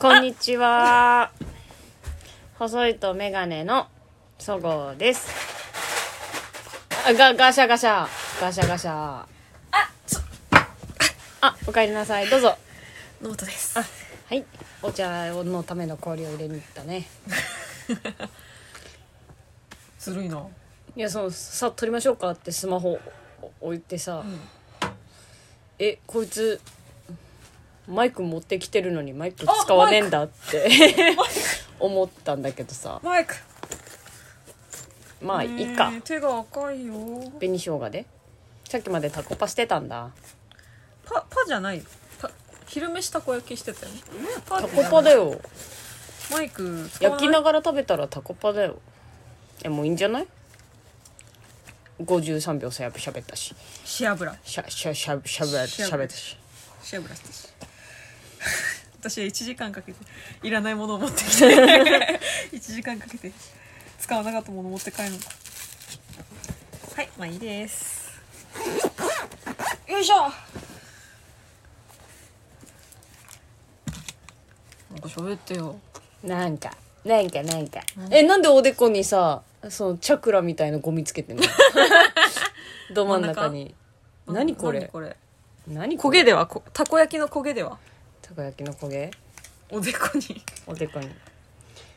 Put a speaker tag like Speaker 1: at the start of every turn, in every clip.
Speaker 1: こんにちは。細いとメガネのそごうです。あが、ガシャガシャ。ガシャガシャ。あ、あ、お帰りなさい。どうぞ。
Speaker 2: ノートです
Speaker 1: あ、はい。お茶のための氷を入れに行ったね。
Speaker 2: ずるいない
Speaker 1: や、その、さ、撮りましょうかってスマホ置いてさ、え、こいつ、マイク持ってきてるのにマイク使わねえんだって 思ったんだけどさ、
Speaker 2: マイク
Speaker 1: まあ、いいか
Speaker 2: ね。え手が赤いよ
Speaker 1: 紅生姜でさっきまでタコパしてたんだ
Speaker 2: パパじゃないよパ昼飯たこ焼きしてたよねパ
Speaker 1: タコパだよ
Speaker 2: マイク使わ
Speaker 1: 焼
Speaker 2: ない
Speaker 1: きながら食べたらタコパだよえもういいんじゃない53秒さやっぱ喋ったし
Speaker 2: シアブラ
Speaker 1: しゃしゃしゃしゃべしゃべったし
Speaker 2: シアブラして し私は1時間かけていらないものを持って きて1時間かけて使わなかったものを持って帰るのかはいまあいいですよいしょなんか喋ってよ
Speaker 1: なんかなんかなんかえなんでおでこにさそのチャクラみたいなゴミつけて んのど真ん中に何これ
Speaker 2: これ
Speaker 1: 何
Speaker 2: 焦
Speaker 1: これ
Speaker 2: げではこたこ焼きの焦げでは
Speaker 1: たこ焼きの焦げ
Speaker 2: おでこに
Speaker 1: おでこに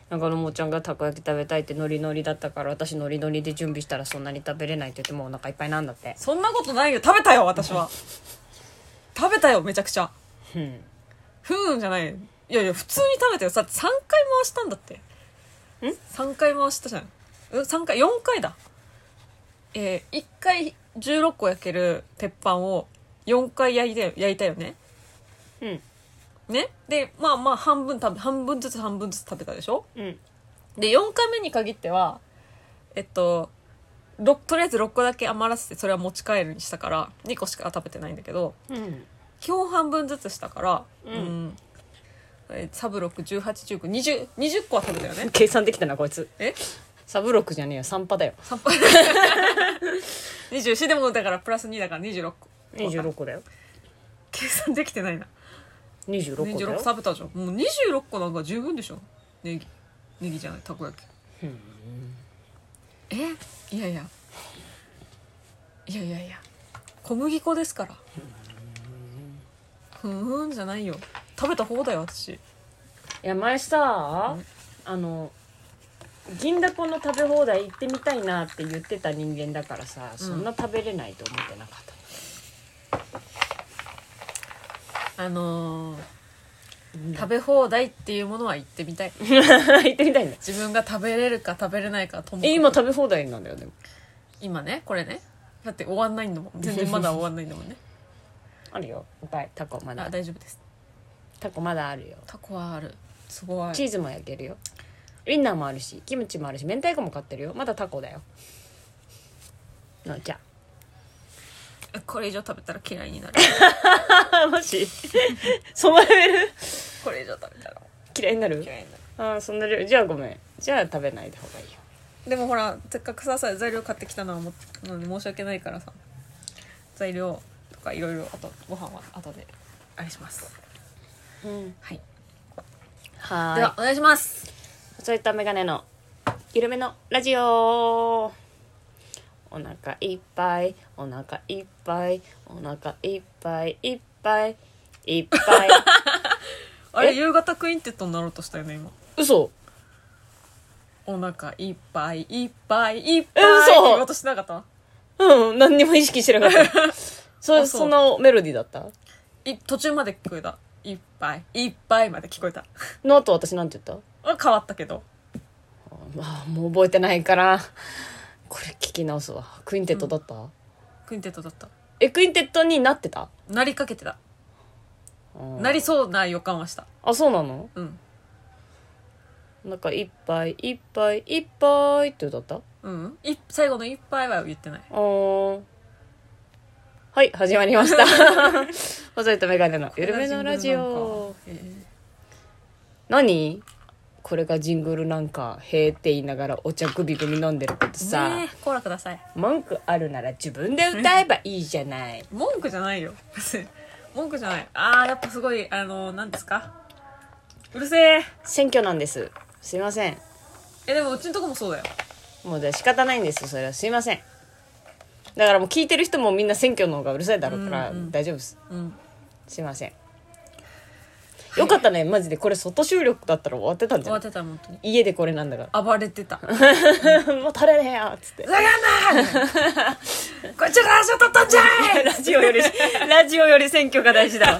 Speaker 1: なんかのもちゃんがたこ焼き食べたいってノリノリだったから私ノリノリで準備したらそんなに食べれないって言ってもうお腹いっぱいなんだって
Speaker 2: そんなことないよ食べたよ私は 食べたよめちゃくちゃ
Speaker 1: うん
Speaker 2: ふーんじゃないよいやいや普通に食べたよさ3回回したんだって
Speaker 1: ん
Speaker 2: 3回回したじゃんうん3回4回だえー、1回16個焼ける鉄板を4回焼いて焼いたよね
Speaker 1: うん
Speaker 2: ねでまあまあ半分食べ半分ずつ半分ずつ食べたでしょ
Speaker 1: うん
Speaker 2: で4回目に限ってはえっとろとりあえず6個だけ余らせてそれは持ち帰るにしたから2個しか食べてないんだけど
Speaker 1: うん
Speaker 2: 基本半分ずつしたから
Speaker 1: うん
Speaker 2: ん、えサブロック181920 20個は食べたよね
Speaker 1: 計算できたなこいつ
Speaker 2: え
Speaker 1: サブロックじゃねえよサンパだよ
Speaker 2: 三杯24でもだからプラス2だから26個
Speaker 1: 26個だよ
Speaker 2: 計算できてないな
Speaker 1: 26個だ
Speaker 2: 26
Speaker 1: よ
Speaker 2: 食べたじゃんもう26個なんか十分でしょネギネギじゃないたこ焼きえいやいやいやいやいや小麦粉ですからふーんじゃないよ食べた方だよ私
Speaker 1: いや前さあの銀だこの食べ放題行ってみたいなって言ってた人間だからさ、そんな食べれないと思ってなかった
Speaker 2: あのー食べ放題っていうものは行ってみ たい
Speaker 1: 行ってみたいんだ
Speaker 2: 自分が食べれるか食べれないかともかく
Speaker 1: え今食べ放題なんだよね
Speaker 2: 今ねこれねだって終わんないん だもん全然まだ終わんないんだもんね
Speaker 1: あるよいっぱいタコま
Speaker 2: あ
Speaker 1: だ
Speaker 2: 大丈夫です
Speaker 1: タコまだあるよ
Speaker 2: タコはあるすごい
Speaker 1: チーズも焼けるよウインナーもあるしキムチもあるし明太子も買ってるよまだタコだよのーち ゃ
Speaker 2: これ以上食べたら嫌いになる
Speaker 1: んマジ そのレベル
Speaker 2: これ以上食べたら
Speaker 1: 嫌いになる
Speaker 2: 嫌いになる
Speaker 1: ああそんなレベルじゃあごめんじゃあ食べない方がいいよ
Speaker 2: でもほらせっかくささ材料買ってきたのはもなのに申し訳ないからさ材料とかいろいろあとご飯は後であれします
Speaker 1: うん
Speaker 2: はい
Speaker 1: は
Speaker 2: では
Speaker 1: ー
Speaker 2: お願いします
Speaker 1: いそういったメガネの緩めのラジオお腹いっぱいお腹いっぱいお腹いっぱいいっぱいいっぱい
Speaker 2: あれ夕方クインテットになろうとしたよね今
Speaker 1: 嘘
Speaker 2: お腹いっぱいいっぱいいっぱい
Speaker 1: え
Speaker 2: って
Speaker 1: 嘘
Speaker 2: 言おうとしてなかった
Speaker 1: うん、何にも意識してなか った。そ
Speaker 2: あ
Speaker 1: そ
Speaker 2: そうん
Speaker 1: なメロディーだった
Speaker 2: い途中まで聞こえたいっぱいいっぱいまで聞こえた
Speaker 1: の後私なんて言った
Speaker 2: あ変わったけど
Speaker 1: ああ、もう覚えてないから。これ聞き直すわ。クインテットだった、
Speaker 2: クインテットだった
Speaker 1: え、クインテットになってた
Speaker 2: なりかけてた
Speaker 1: うん
Speaker 2: なりそうな予感はした
Speaker 1: あ、そうなの
Speaker 2: うん
Speaker 1: なんか、いっぱい、いっぱい、いっぱいって歌ったあ
Speaker 2: うんい最後の「いっぱい」は言ってない
Speaker 1: ーはい、始まりました。 細いとメガネのゆるめのラジオ。
Speaker 2: えー
Speaker 1: 何これがジングルなんか、へーって言いながらお茶グビグビ飲んでることさ。
Speaker 2: ねえコーラください
Speaker 1: 文句あるなら自分で歌えばいいじゃない。
Speaker 2: 文句じゃないよ別に文句じゃないああやっぱすごいあのなんですかうるせえ
Speaker 1: 選挙なんですすいません
Speaker 2: えでもうちのとこもそうだよ
Speaker 1: もうで仕方ないんですそれはすいませんだからもう聞いてる人もみんな選挙の方がうるさいだろうから
Speaker 2: うんうん
Speaker 1: 大丈夫です
Speaker 2: うん
Speaker 1: すいませんよかったねマジでこれ外収録だったら終わってたんじ
Speaker 2: 終
Speaker 1: ゃ
Speaker 2: わっ
Speaker 1: な
Speaker 2: て
Speaker 1: い
Speaker 2: た本当に
Speaker 1: 家でこれなんだか
Speaker 2: 暴れてた
Speaker 1: ら もう取れねえよっつって
Speaker 2: ふざけんなこっちが足を取ったんじゃい
Speaker 1: ラジオよりラジオより選挙が大事だ わ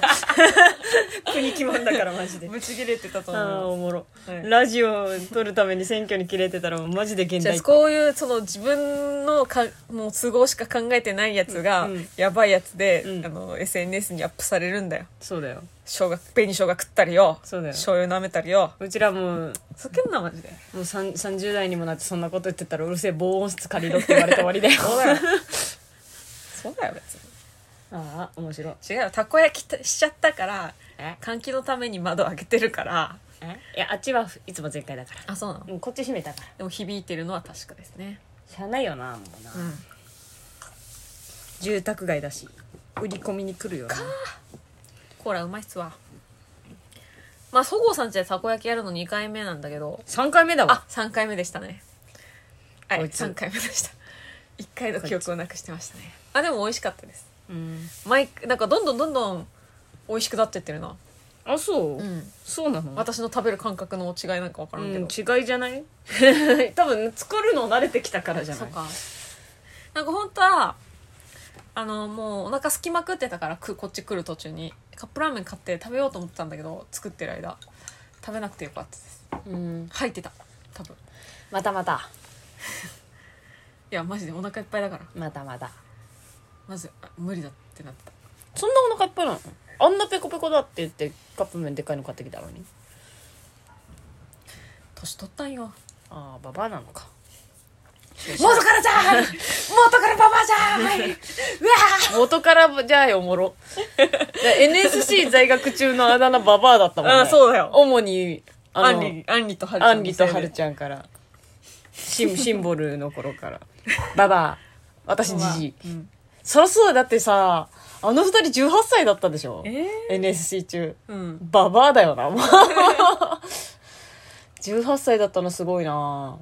Speaker 1: 国基本だからマジで
Speaker 2: ぶち切れてたと
Speaker 1: ああ
Speaker 2: 思う
Speaker 1: おもろ、
Speaker 2: はい
Speaker 1: ラジオ撮るために選挙に切れてたらもうマジで現
Speaker 2: じゃあ
Speaker 1: 代っ子
Speaker 2: こういうその自分のかもう都合しか考えてないやつが、
Speaker 1: うん
Speaker 2: やばいやつで、
Speaker 1: うん
Speaker 2: あの SNS にアップされるんだよ
Speaker 1: そうだよ
Speaker 2: 生姜紅生姜食ったりよ
Speaker 1: そうだよ
Speaker 2: 醤油舐めたりよ
Speaker 1: うちらも
Speaker 2: ふざけんなマジで
Speaker 1: もうさん30代にもなってそんなこと言ってたらうるせえ防音室借りろって言われて終わり だよ
Speaker 2: そうだよそうだよ別に
Speaker 1: ああ面白い
Speaker 2: 違うよたこ焼きたしちゃったから
Speaker 1: え
Speaker 2: 換気のために窓開けてるから
Speaker 1: えいやあっちはいつも全開だから
Speaker 2: あそうなの
Speaker 1: うんこっち閉めたから
Speaker 2: でも響いてるのは確かですね
Speaker 1: しゃあないよなもうな、
Speaker 2: うん
Speaker 1: 住宅街だし売り込みに来るよな
Speaker 2: コーラうまいっすわまあそごうさんちでたこ焼きやるの2回目なんだけど
Speaker 1: 3回目だわ
Speaker 2: あ三3回目でしたねはい
Speaker 1: こいつ
Speaker 2: 3回目でした1回の記憶をなくしてましたねあでも美味しかったです
Speaker 1: うん
Speaker 2: 毎なんかどんどんどんどん美味しくなってってるな
Speaker 1: あそう、
Speaker 2: うん
Speaker 1: そうなの
Speaker 2: 私の食べる感覚の違いなんか分からんけど、
Speaker 1: うん、違いじゃ ない多分作るの慣れてきたからじゃな
Speaker 2: そう
Speaker 1: い
Speaker 2: かなんか本当はあのもうお腹すきまくってたからくこっち来る途中にカップラーメン買って食べようと思ってたんだけど作ってる間食べなくてよかったです
Speaker 1: うん
Speaker 2: 入ってた多分
Speaker 1: またまた
Speaker 2: いやマジでお腹いっぱいだから
Speaker 1: またまた
Speaker 2: まずあ無理だってなってた
Speaker 1: そんなお腹いっぱいなのあんなペコペコだって言ってカップ麺でかいの買ってきたのに
Speaker 2: 年取ったんよ
Speaker 1: ああババアなのか
Speaker 2: 元からじゃん 元からパパじゃんうわ
Speaker 1: 元からじゃあよおもろ NSC 在学中のあだ名ババアだったもんね
Speaker 2: あそうだよ
Speaker 1: 主に
Speaker 2: あ
Speaker 1: あ
Speaker 2: ん
Speaker 1: の
Speaker 2: りあんりとはるちゃ
Speaker 1: ア
Speaker 2: んのせ
Speaker 1: ンリ
Speaker 2: いで
Speaker 1: とハルちゃんからシン シンボルの頃からババア私
Speaker 2: まあ
Speaker 1: ジジイ
Speaker 2: うん
Speaker 1: そりゃそうだよだってさあの二人18歳だったでしょ
Speaker 2: え
Speaker 1: NSC 中
Speaker 2: ーうん
Speaker 1: ババアだよなも う18歳だったのすごいな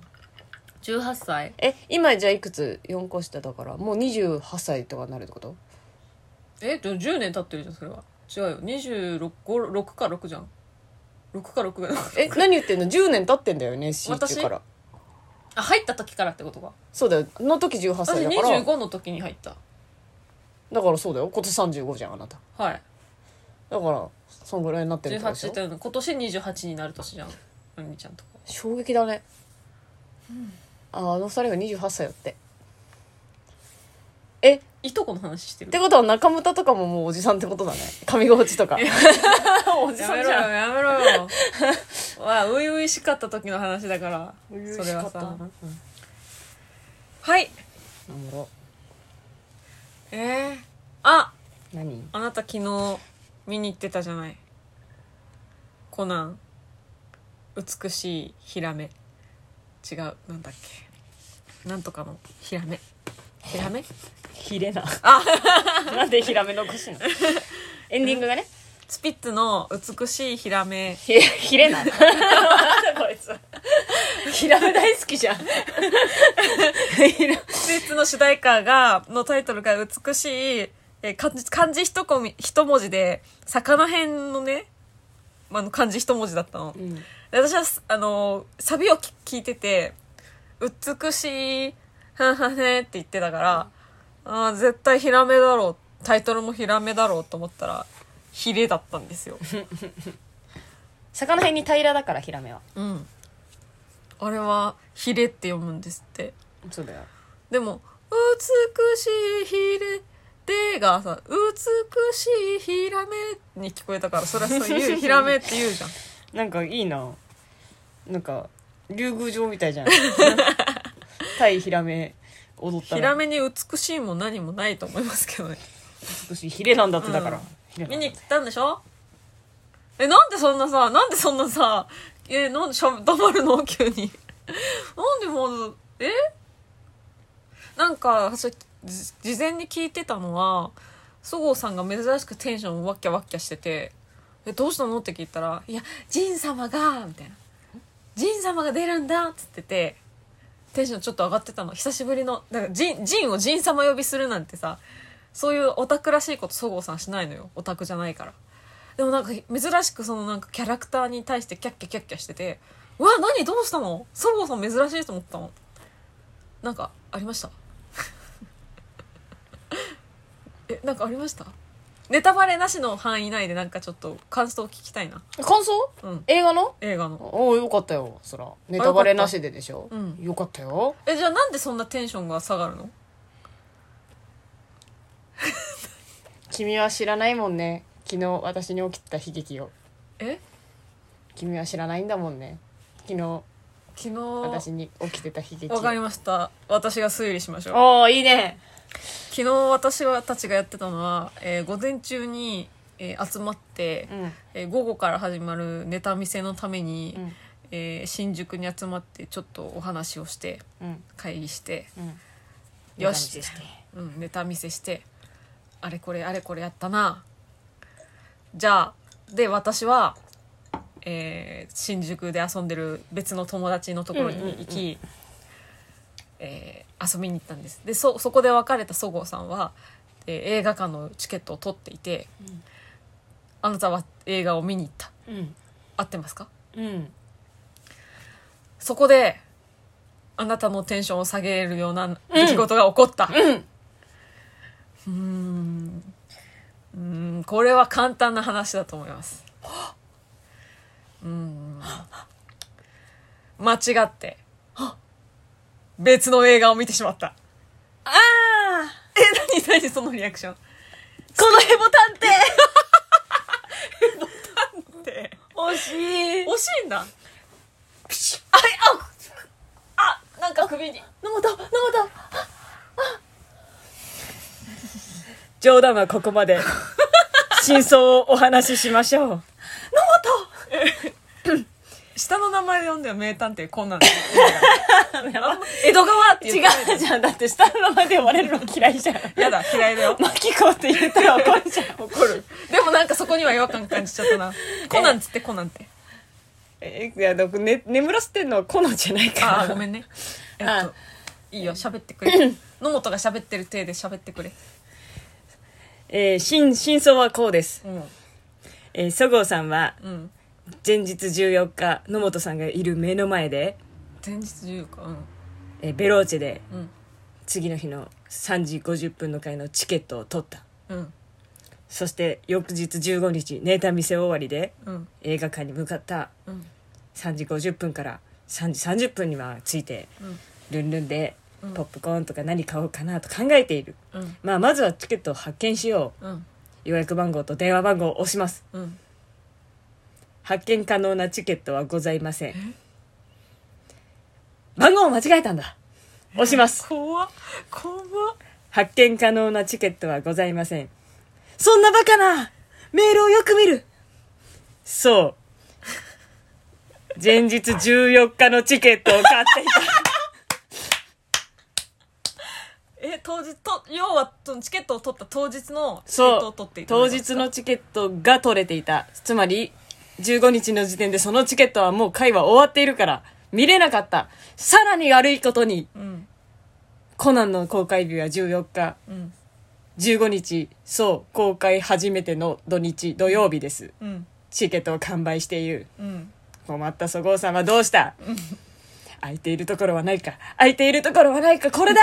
Speaker 2: 18歳
Speaker 1: え今じゃあいくつ4個下だからもう28歳とかになるってこと
Speaker 2: えじゃあ10年経ってるじゃんそれは違うよ26 5 6か6じゃん6か6が
Speaker 1: え何言ってんの10年経ってんだよ NSC 中
Speaker 2: 私
Speaker 1: から
Speaker 2: あ入った時からってことか
Speaker 1: そうだよの時18
Speaker 2: 私
Speaker 1: 歳だから
Speaker 2: 25の時に入った
Speaker 1: だからそうだよ今年35じゃんあなた
Speaker 2: はい
Speaker 1: だからそんぐらいになってるってことでし
Speaker 2: 18
Speaker 1: ょ
Speaker 2: ってのは今年28になる年じゃんあんりちゃんとか
Speaker 1: 衝撃だね、ああの二人が28歳だってえっ
Speaker 2: いとこの話してる
Speaker 1: てことは中村とかももうおじさんってことだね上河内と かおじ
Speaker 2: や
Speaker 1: さ
Speaker 2: め
Speaker 1: ん
Speaker 2: ろ
Speaker 1: じ
Speaker 2: よ
Speaker 1: ゃん
Speaker 2: やめろ よわあ初々しかった時の話だからそれはさはい
Speaker 1: おもろ
Speaker 2: えー、あ
Speaker 1: 何
Speaker 2: あなた昨日見に行ってたじゃないコナン美しいヒラメ違うなんだっけなんとかのヒラメヒラメ
Speaker 1: ヒレななんでヒラメ残し のエンディングがね
Speaker 2: スピッツの美しいヒラメ
Speaker 1: ひヒレなこいつ ヒラメ大好きじ ゃんヒラ
Speaker 2: スピッツの主題歌がのタイトルが美しいえー漢字漢字一こみ一文字で魚編のねあの漢字一文字だったの
Speaker 1: うん
Speaker 2: で私はすあのサビをき聞いてて「美しいはんはんね」って言ってたから、あー絶対ヒラメだろうタイトルもヒラメだろうと思ったらヒレだったんですよ、
Speaker 1: 魚辺に平らだからヒラメは
Speaker 2: うん、あれはヒレって読むんですって
Speaker 1: そうだよ
Speaker 2: でも「美しいヒレ」でがさ「美しいヒラメ」に聞こえたからそれはそう言うヒラメって言う じゃん
Speaker 1: なんかいいななんか竜宮城みた いじゃん対ヒラメ踊ったら
Speaker 2: ヒラメに美しいも何もないと思いますけどね
Speaker 1: 美しいヒレなんだってだから、
Speaker 2: うん
Speaker 1: ヒレな
Speaker 2: 見
Speaker 1: ん
Speaker 2: に行ったんでしょえなんでそんなさなんでそんなさえなんでしゃ黙るの 急になんでまずえなんかそじ事前に聞いてたのはそごうさんが珍しくテンションわっきゃわっきゃしててえどうしたの?」って聞いたら「いやジン様が」みたいな「ジン様が出るんだ」っつっててテンションちょっと上がってたの久しぶりのだからジンジンをジン様呼びするなんてさそういうオタクらしいことそごうさんしないのよオタクじゃないからでもなんか珍しくそのなんかキャラクターに対してキャッキャキャッキャしてて「うわ何どうしたのそごうさん珍しいと思ったのなんかありました えなんかありましたネタバレなしの範囲内でなんかちょっと感想を聞きたいな
Speaker 1: 感想
Speaker 2: うん
Speaker 1: 映画の
Speaker 2: 映画の
Speaker 1: おおよかったよそらネタバレなしででしょ
Speaker 2: たうん
Speaker 1: よかったよ
Speaker 2: えじゃあなんでそんなテンションが下がるの
Speaker 1: 君は知らないもんね昨日私に起きた悲劇を
Speaker 2: え
Speaker 1: 君は知らないんだもんね昨日
Speaker 2: 昨日
Speaker 1: 私に起きてた悲劇
Speaker 2: わかりました私が推理しましょう
Speaker 1: おおいいね
Speaker 2: 昨日私たちがやってたのは、えー午前中に、えー集まって、
Speaker 1: うん
Speaker 2: えー午後から始まるネタ見せのために、
Speaker 1: うん
Speaker 2: えー新宿に集まってちょっとお話をして
Speaker 1: うん
Speaker 2: 会議して、
Speaker 1: うん
Speaker 2: よし
Speaker 1: いい感じして
Speaker 2: うん、ネタ見せしてあれこれあれこれやったなじゃあで私は、えー新宿で遊んでる別の友達のところに行き、えー遊びに行ったんですでそそこで別れたそごうさんは、えー映画館のチケットを取っていて、
Speaker 1: うん
Speaker 2: あなたは映画を見に行った
Speaker 1: うん
Speaker 2: 合ってますか
Speaker 1: うん
Speaker 2: そこであなたのテンションを下げるような出来事が起こった
Speaker 1: うん
Speaker 2: うーんうーんこれは簡単な話だと思いますうーん間違って別の映画を見てしまった
Speaker 1: ああ
Speaker 2: え何何そのリアクション
Speaker 1: このヘボ 探
Speaker 2: って
Speaker 1: 偵惜しい
Speaker 2: 惜しいんだ
Speaker 1: あああなんか首に野本野本冗談はここまで真相をお話ししましょう
Speaker 2: 下の名前で呼んでよ名探偵コナンって言ってたからあんま江戸川って
Speaker 1: 違
Speaker 2: 言って
Speaker 1: うじゃんだって下の名前で呼ばれるの嫌いじ ゃん
Speaker 2: やだ嫌いだよ
Speaker 1: マキコって言ったら怒るじゃん
Speaker 2: 怒るでもなんかそこには違和感感じちゃったなコナンっつってコナンって
Speaker 1: えいやだからね眠らせてんのはコナンじゃないから
Speaker 2: ああごめんねえっ
Speaker 1: あ
Speaker 2: といいよ喋ってく れ野本が喋ってる体で喋ってくれ
Speaker 1: えー真真相はこうです
Speaker 2: うん
Speaker 1: えーそごうさんは
Speaker 2: うん
Speaker 1: 前日14日野本さんがいる目の前で、
Speaker 2: 前日14日うん
Speaker 1: えーベローチェで
Speaker 2: うん
Speaker 1: 次の日の3時50分の回のチケットを取った
Speaker 2: うん
Speaker 1: そして翌日15日ネタ見せ終わりで
Speaker 2: うん
Speaker 1: 映画館に向かった
Speaker 2: うん
Speaker 1: 3時50分から3時30分には着いて
Speaker 2: うん
Speaker 1: ルンルンで
Speaker 2: うん
Speaker 1: ポップコーンとか何買おうかなと考えている、
Speaker 2: うん
Speaker 1: まあ、まずはチケットを発見しよ
Speaker 2: うん
Speaker 1: う予約番号と電話番号を押します
Speaker 2: うん
Speaker 1: 発見可能なチケットはございません番号を間違えたんだ押します
Speaker 2: 怖っ怖っ
Speaker 1: 発見可能なチケットはございませんそんなバカなメールをよく見るそう前日14日のチケットを買ってい た
Speaker 2: え当日と要はそのチケットを取った当日のチケット
Speaker 1: そ
Speaker 2: を取って
Speaker 1: う
Speaker 2: いた
Speaker 1: 当日のチケットが取れていたつまり15日の時点でそのチケットはもう会は終わっているから見れなかったさらに悪いことに
Speaker 2: うん
Speaker 1: コナンの公開日は14日
Speaker 2: うん
Speaker 1: 15日そう公開初めての土日土曜日です
Speaker 2: うん
Speaker 1: チケットを完売している
Speaker 2: うん
Speaker 1: 困ったそごうさんはどうした空いているところはないか空いているところはないかこれだ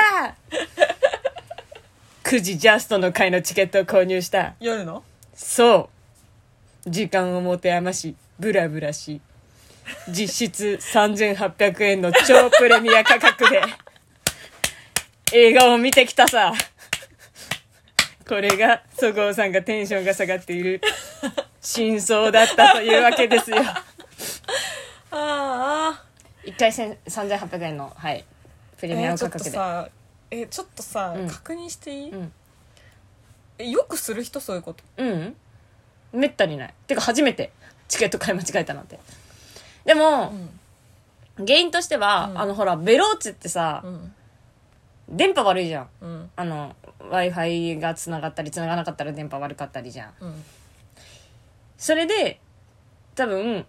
Speaker 1: 9時ジャストの会のチケットを購入した
Speaker 2: 夜の
Speaker 1: そう時間を持て余しブラブラし実質3800円の超プレミア価格で映画を見てきたさこれがそごうさんがテンションが下がっている真相だったというわけですよ
Speaker 2: ああ
Speaker 1: 1回戦3800円のはいプレミア
Speaker 2: え
Speaker 1: ム
Speaker 2: ちょ
Speaker 1: 価
Speaker 2: っと
Speaker 1: 格で、
Speaker 2: さえちょっとさ
Speaker 1: うん
Speaker 2: 確認していい
Speaker 1: うん
Speaker 2: えよくする人そういうこと
Speaker 1: うんめったにないてか初めてチケット買い間違えたなんてでも、
Speaker 2: ん
Speaker 1: 原因としては、
Speaker 2: うん
Speaker 1: あのほらベローチってさ
Speaker 2: う、ん
Speaker 1: 電波悪いじゃん
Speaker 2: うん
Speaker 1: あの w i f i がつながったりつながなかったら電波悪かったりじゃん
Speaker 2: うん
Speaker 1: それで多分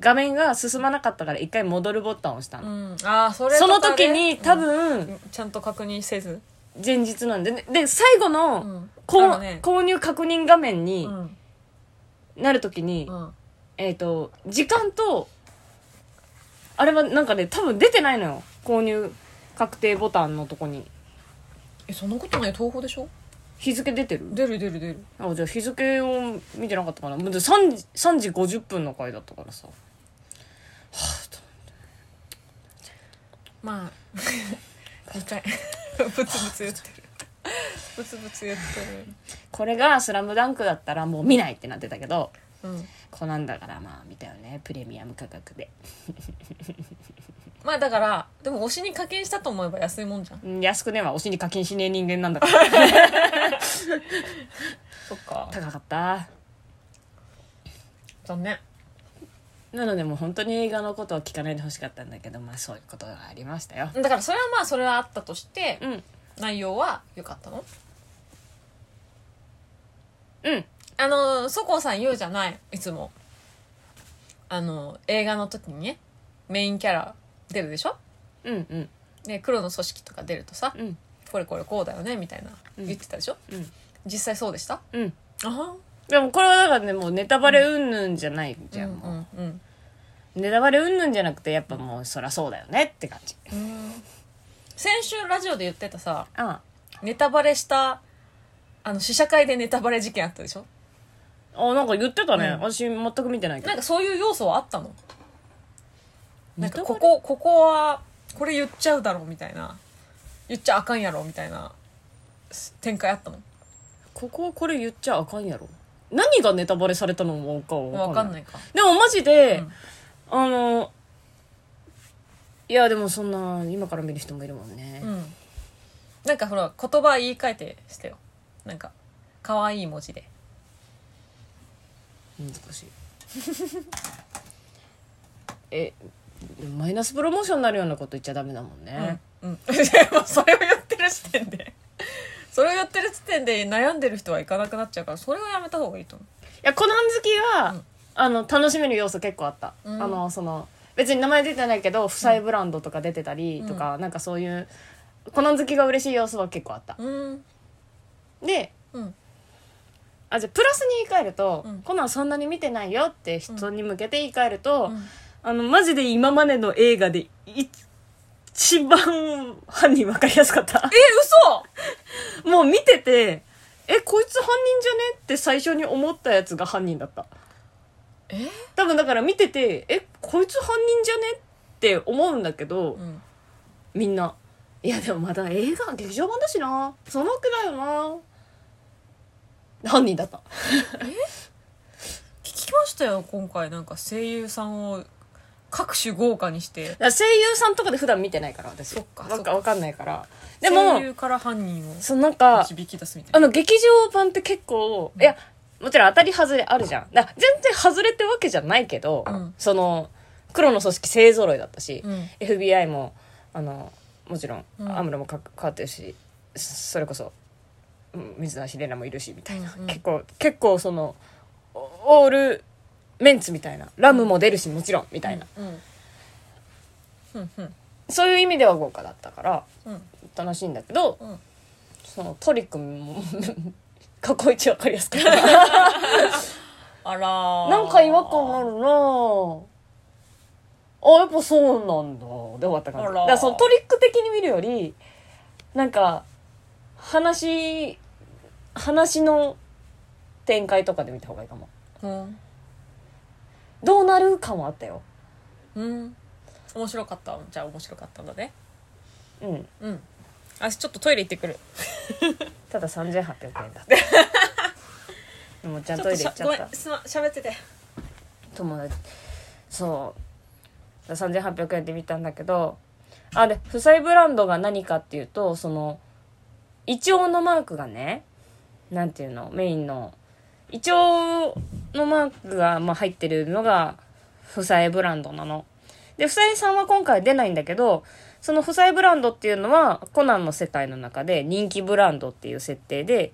Speaker 1: 画面が進まなかったから一回戻るボタンを押した
Speaker 2: う
Speaker 1: の、
Speaker 2: ん、ああそれ
Speaker 1: そ
Speaker 2: と
Speaker 1: の
Speaker 2: かね
Speaker 1: 時に多
Speaker 2: う
Speaker 1: 分
Speaker 2: んちゃんと確認せず、
Speaker 1: 前日なんででで最後
Speaker 2: う
Speaker 1: の
Speaker 2: ん、
Speaker 1: こ
Speaker 2: あ
Speaker 1: う、
Speaker 2: のね
Speaker 1: 購入確認画面に
Speaker 2: うん
Speaker 1: なる時に、
Speaker 2: うん
Speaker 1: えっ、と時間とあれはなんかね多分出てないのよ購入確定ボタンのとこに
Speaker 2: えそんなことない東宝でしょ
Speaker 1: 日付出てる
Speaker 2: 出る出る出る
Speaker 1: あじゃあ日付を見てなかったかなもうで 3, 時3時50分の回だったからさはあと
Speaker 2: まあ2回ブツブツ言ってるブツブツ言って
Speaker 1: これが「スラムダンクだったらもう見ないってなってたけど
Speaker 2: る、うん、
Speaker 1: こうなんだからまあ見たよねプレミアム価格で
Speaker 2: まあだからでも推しに課金したと思えば安いもんじゃん
Speaker 1: うん安くねえわ推しに課金しねえ人間なんだから
Speaker 2: そっか
Speaker 1: 高かった
Speaker 2: 残念
Speaker 1: なのでもう本当に映画のことは聞かないでほしかったんだけどまあそういうことがありましたよ
Speaker 2: だからそれはまあそれはあったとして
Speaker 1: うん
Speaker 2: 内容は良かったの
Speaker 1: うん
Speaker 2: あのそこうさん言うじゃないいつもあの映画の時にねメインキャラ出るでしょ
Speaker 1: うんうん
Speaker 2: ね黒の組織とか出るとさ
Speaker 1: うん
Speaker 2: これこれこうだよねみたいな
Speaker 1: うん
Speaker 2: 言ってたでしょ、
Speaker 1: うん
Speaker 2: 実際そうでした
Speaker 1: うん
Speaker 2: あは
Speaker 1: でもこれはだからねもうネタバレうんぬんじゃないじゃん、もう
Speaker 2: うんうん
Speaker 1: ネタバレうんぬんじゃなくてやっぱもうそりゃそうだよねって感じ
Speaker 2: うんうん先週ラジオで言ってたさ
Speaker 1: あ
Speaker 2: ネタバレしたあの試写会でネタバレ事件あったでしょ
Speaker 1: ああなんか言ってたね、
Speaker 2: うん
Speaker 1: 私全く見てないけ
Speaker 2: なん
Speaker 1: ど
Speaker 2: かそういう要素はあったのなんか
Speaker 1: ネタ
Speaker 2: こ
Speaker 1: バレ
Speaker 2: こここはこれ言っちゃうだろうみたいな言っちゃあかんやろみたいなす展開あったの
Speaker 1: こここれ言っちゃあかんやろ何がネタバレされたのかは
Speaker 2: 分
Speaker 1: 分
Speaker 2: か
Speaker 1: か
Speaker 2: ん
Speaker 1: ん
Speaker 2: な
Speaker 1: ない
Speaker 2: いか
Speaker 1: でもマジで、
Speaker 2: うん
Speaker 1: あのいやでもそんな今から見る人もいるもんね、
Speaker 2: うんなんかほら言葉言い換えてしてよなんか可愛い文字で
Speaker 1: 難しい えマイナスプロモーションになるようなこと言っちゃダメだもんね、
Speaker 2: うん、 うん、でもそれを言ってる時点でそれを言ってる時点で悩んでる人はいかなくなっちゃうからそれをやめた方がいいと思
Speaker 1: いやコナン好きは、
Speaker 2: うん
Speaker 1: あの楽しめる要素結構あった、
Speaker 2: うん
Speaker 1: あのその別に名前出てないけど負債ブランドとか出てたりとか、なんかそういうコナン好きが嬉しい要素は結構あった、
Speaker 2: ううん
Speaker 1: で
Speaker 2: うん
Speaker 1: あじゃあプラスに言い換えると、
Speaker 2: うん
Speaker 1: コナンそんなに見てないよって人に向けて言い換える
Speaker 2: う
Speaker 1: と、
Speaker 2: ん
Speaker 1: あのマジで今までの映画でい一番犯人分かりやすかった
Speaker 2: え嘘
Speaker 1: もう見ててえこいつ犯人じゃねって最初に思ったやつが犯人だった
Speaker 2: え
Speaker 1: 多分だから見ててえこいつ犯人じゃねって思うんだけど
Speaker 2: うん
Speaker 1: みんないやでもまだ映画劇場版だしなそのわけだよな犯人だった
Speaker 2: 聞きましたよ今回なんか声優さんを各種豪華にして
Speaker 1: だから声優さんとかで普段見てないから私
Speaker 2: そっか
Speaker 1: わ
Speaker 2: そっ
Speaker 1: か
Speaker 2: か
Speaker 1: わかんないから
Speaker 2: で
Speaker 1: で
Speaker 2: も声
Speaker 1: も
Speaker 2: 優から犯人を
Speaker 1: そのなんか
Speaker 2: 導き出すみた
Speaker 1: あ
Speaker 2: いな
Speaker 1: の劇場版って結構いやもちろん当たり外れあるじゃんだから全然外れってわけじゃないけど、
Speaker 2: うん
Speaker 1: その黒の組織勢ぞろいだったし、
Speaker 2: うん
Speaker 1: FBI もあのもちろん、
Speaker 2: うん
Speaker 1: アムロもかかってるしそそれこそうん水無し玲奈もいるしみたいな、
Speaker 2: うんうん
Speaker 1: 結構結構そのオオールメンツみたいなラムも出るしもちろんみたいな、
Speaker 2: うんうんうん
Speaker 1: そういう意味では豪華だったから
Speaker 2: うん
Speaker 1: 楽しいんだけど、
Speaker 2: うん
Speaker 1: そのトリックも 過去一わかりやすかった
Speaker 2: あらー
Speaker 1: なんか違和感あるなぁあやっぱそうなんだで終わった感じ
Speaker 2: あら
Speaker 1: だからそのトリック的に見るよりなんか話話の展開とかで見た方がいいかも
Speaker 2: うん
Speaker 1: どうなる感はあったよ
Speaker 2: うん面白かったじゃあ面白かったんだね
Speaker 1: うん
Speaker 2: うんあちょっとトイレ行ってくる
Speaker 1: ただ3800円だった でもちゃんとトイレ行っちゃ
Speaker 2: ご
Speaker 1: っ
Speaker 2: めん
Speaker 1: た
Speaker 2: すま喋ってて
Speaker 1: 友達そう3800円で見たんだけどあで負債ブランドが何かっていうとそのイチョウのマークがねなんていうのメインのイチョウのマークが、まあ、入ってるのが負債ブランドなの。で負債さんは今回出ないんだけどその負債ブランドっていうのはコナンの世界の中で人気ブランドっていう設定で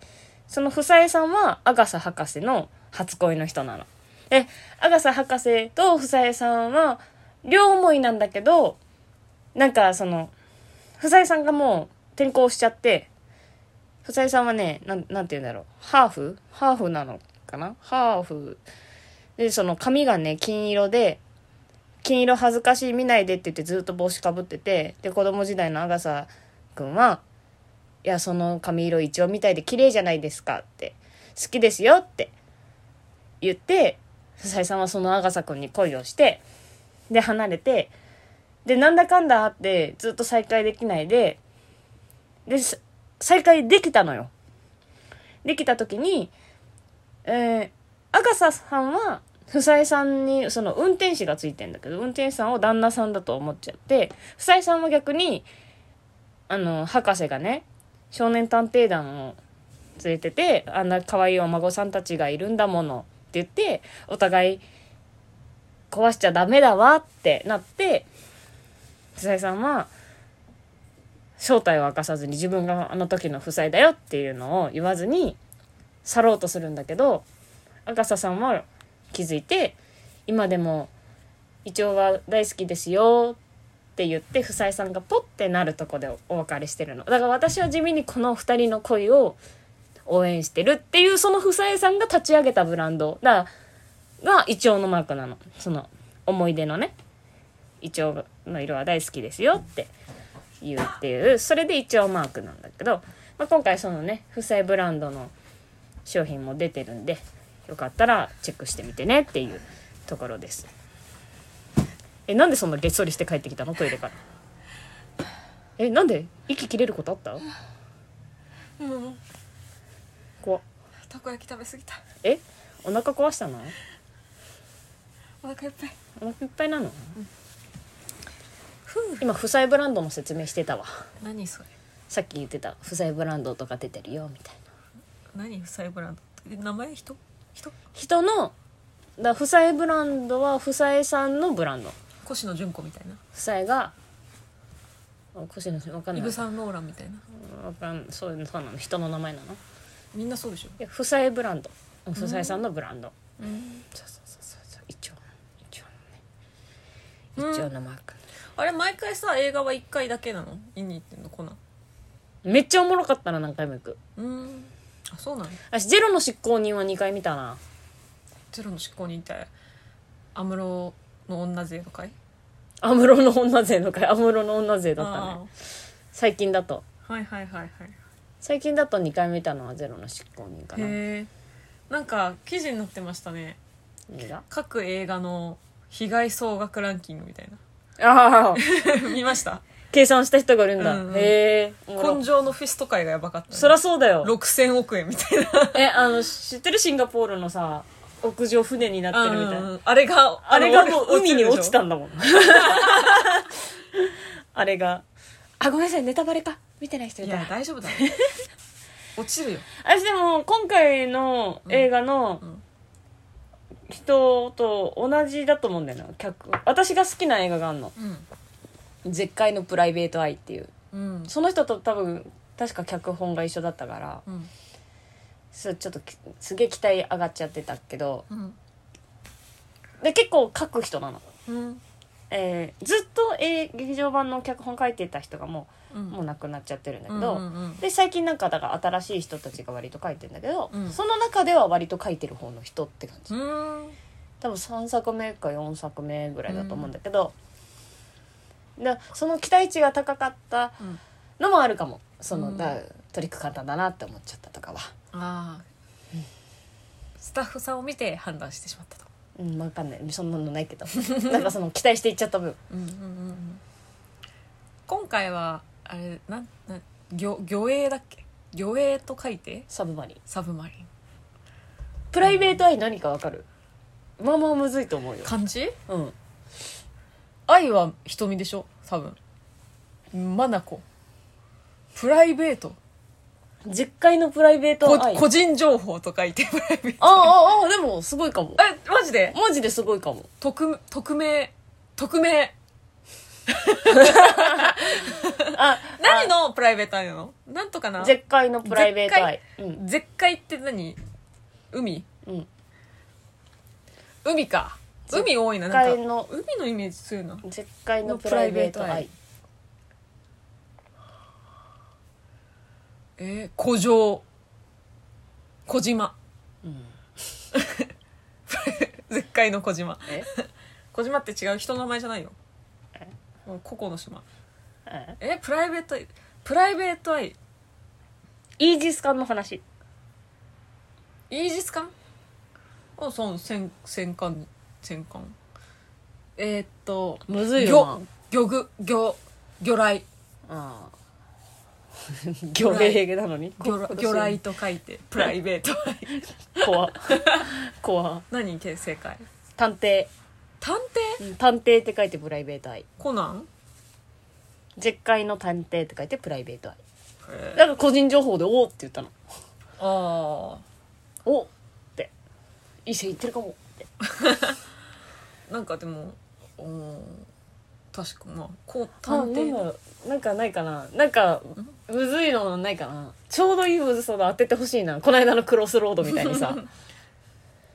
Speaker 1: その負債さんはアガサ博士の初恋の人なの。で阿笠博士と房江さんは両思いなんだけどなんかその房江さんがもう転校しちゃって房江さんはねなんなんて言うんだろうハーフハーフなのかなハーフでその髪がね金色で金色恥ずかしい見ないでって言ってずっと帽子かぶっててで子供時代の阿笠君は「いやその髪色一応みたいで綺麗じゃないですか」って「好きですよ」って言って笹井さんはその阿笠君に恋をしてで離れてでなんだかんだあってずっと再会できないででさ再会できたのよ。できた時に、えー、阿笠さんは房江さんにその運転手がついてんだけど運転手さんを旦那さんだと思っちゃって房江さんは逆にあの博士がね少年探偵団を連れててあんな可愛いお孫さんたちがいるんだものって言ってお互い壊しちゃダメだわってなって房江さんは正体を明かさずに自分があの時の夫妻だよっていうのを言わずに去ろうとするんだけど赤狭さんは気づいて今でもイチョウは大好きですよって言って夫妻さんがポッてなるとこでお別れしてるのだから私は地味にこの2人の恋を応援してるっていうその夫妻さんが立ち上げたブランドだがイチョウのマークなのその思い出のねイチョウの色は大好きですよって言うっていうそれでイチョウマークなんだけど、まあ、今回そのね夫妻ブランドの商品も出てるんでよかったらチェックしてみてねっていうところですえなんでそんなげっそりして帰ってきたのトイレからえなんで息切れることあった
Speaker 2: うん
Speaker 1: 怖った
Speaker 2: こ焼き食べ過ぎた
Speaker 1: えお腹壊したの
Speaker 2: お腹いっぱい
Speaker 1: お腹いっぱいなの今夫妻ブランドの説明してたわ
Speaker 2: 何それ
Speaker 1: さっき言ってた夫妻ブランドとか出てるよみたいな
Speaker 2: 何サイブランドえ名前人人
Speaker 1: 人のだ夫妻ブランドは夫妻さんのブランド
Speaker 2: 越野純子みたいな
Speaker 1: 夫妻があ腰のわかん
Speaker 2: イ
Speaker 1: ない
Speaker 2: ブ・サンローランみたいな
Speaker 1: わかんそういうそうなの人の名前なのい
Speaker 2: みんなそうでしょ
Speaker 1: や夫妻ブランドうん夫妻さんのブランド、
Speaker 2: うん
Speaker 1: そうそうそうそうそう一応一応のね一応のマーク、
Speaker 2: あれ毎回さ映画は1回だけなの見に行ってんのコナン
Speaker 1: めっちゃおもろかったな何回も行く
Speaker 2: うんあそうなの
Speaker 1: 私ジェロの執行人は2回見たな
Speaker 2: ゼロの執行人って安室の女勢の会
Speaker 1: 安室の女勢の回安室の女勢だったね最近だと
Speaker 2: あーはいはいはいはい
Speaker 1: 最近だと2回見たのは「ゼロの執行人」かな
Speaker 2: へえんか記事になってましたね
Speaker 1: 映画
Speaker 2: 各映画の被害総額ランキングみたい
Speaker 1: ああ
Speaker 2: な 見ました
Speaker 1: 計算した人がいるんだ、
Speaker 2: うんうん
Speaker 1: へえおもろ
Speaker 2: 根性のフィスト界がやばかった、ね、
Speaker 1: そりゃそうだ よ
Speaker 2: 6000億円みたいな
Speaker 1: えあの知ってるシンガポールのさ屋上船になってるみたいな、
Speaker 2: うんあれが
Speaker 1: あれがもう海に落ちた
Speaker 2: の
Speaker 1: んだもんあれがあごめんなさいネタバレか見てない人い
Speaker 2: い
Speaker 1: た
Speaker 2: や
Speaker 1: ら
Speaker 2: 大丈夫だ ろ落ちるよ
Speaker 1: 私でも今回の映画の
Speaker 2: うんうん
Speaker 1: 人と同じだと思うんだよな客私が好きな映画があるの「絶海のプライベート・アイ」っていう
Speaker 2: うん
Speaker 1: その人と多分確か脚本が一緒だったから
Speaker 2: うん
Speaker 1: そうちょっときすげえ期待上がっちゃってたけど
Speaker 2: うん
Speaker 1: で結構書く人なの、
Speaker 2: うん
Speaker 1: えーずっと、えー劇場版の脚本書いてた人がも
Speaker 2: うん
Speaker 1: うもう亡くなっちゃってるんだ
Speaker 2: う
Speaker 1: け
Speaker 2: ん
Speaker 1: ど、
Speaker 2: うんうん
Speaker 1: で最近なんかだから新しい人たちが割と書いてんだけど、
Speaker 2: うん
Speaker 1: その中では割と書いてる方の人って感じ、
Speaker 2: うん
Speaker 1: 多分3作目か4作目ぐらいだと思うんだけど、でその期待値が高かった
Speaker 2: うん
Speaker 1: のもあるかもそ
Speaker 2: う
Speaker 1: の、
Speaker 2: ん
Speaker 1: だトリック簡単だなって思っちゃったとかは、
Speaker 2: ああスタッフさんを見て判断してしまったと
Speaker 1: うん、分かんないそんなのないけどなんかその期待していっちゃった分
Speaker 2: うんうんうんうん今回はあれなんなん魚魚影だっけ魚影と書いて
Speaker 1: サブマリン
Speaker 2: サブマリン
Speaker 1: プライベート愛何かわかるまあまあむずいと思うよ
Speaker 2: 漢字
Speaker 1: うん
Speaker 2: 愛は瞳でしょ多分マナコプライベート
Speaker 1: 実会のプライベー
Speaker 2: こ
Speaker 1: ト愛
Speaker 2: 個人情報と書いてプ ライベー
Speaker 1: あ
Speaker 2: ト
Speaker 1: あああでもすごいかも
Speaker 2: えマジで
Speaker 1: マジですごいかも
Speaker 2: 匿匿名匿名
Speaker 1: あ
Speaker 2: 何のプライベート愛なのなんとかな
Speaker 1: 絶海のプライベート愛うん
Speaker 2: 絶海って何海
Speaker 1: うん
Speaker 2: 海か海多いななんか
Speaker 1: 絶海の
Speaker 2: 海のイメージ強いな
Speaker 1: 絶海のプライベート愛
Speaker 2: えー、古城小島、 絶海の小島
Speaker 1: え
Speaker 2: 小島って違う人の名前じゃないよ
Speaker 1: え
Speaker 2: もう個々の島
Speaker 1: え
Speaker 2: えプライベートアイプライベートアイ
Speaker 1: イージス艦の話
Speaker 2: イージス艦あそう戦戦艦戦艦えー、っと
Speaker 1: むずいよ
Speaker 2: 魚魚具魚魚雷
Speaker 1: なうん魚雷なのに
Speaker 2: 魚雷魚雷と書いてプライベートアイ
Speaker 1: 怖怖
Speaker 2: 何 け正解
Speaker 1: 探偵
Speaker 2: 探偵
Speaker 1: うん探偵って書いてプライベート愛
Speaker 2: コナン
Speaker 1: 絶海の探偵って書いてプライベート愛
Speaker 2: えー
Speaker 1: だから個人情報で「お」って言ったの
Speaker 2: あ
Speaker 1: 「お」って「いい線いってるかも」って
Speaker 2: あなんかでもおー確かまあこう
Speaker 1: あ
Speaker 2: 探
Speaker 1: なんだ
Speaker 2: 偵
Speaker 1: ろうなんかないかななんかむずいのないかなちょうどいいむずさの当ててほしいなこの間のクロスロードみたいに さ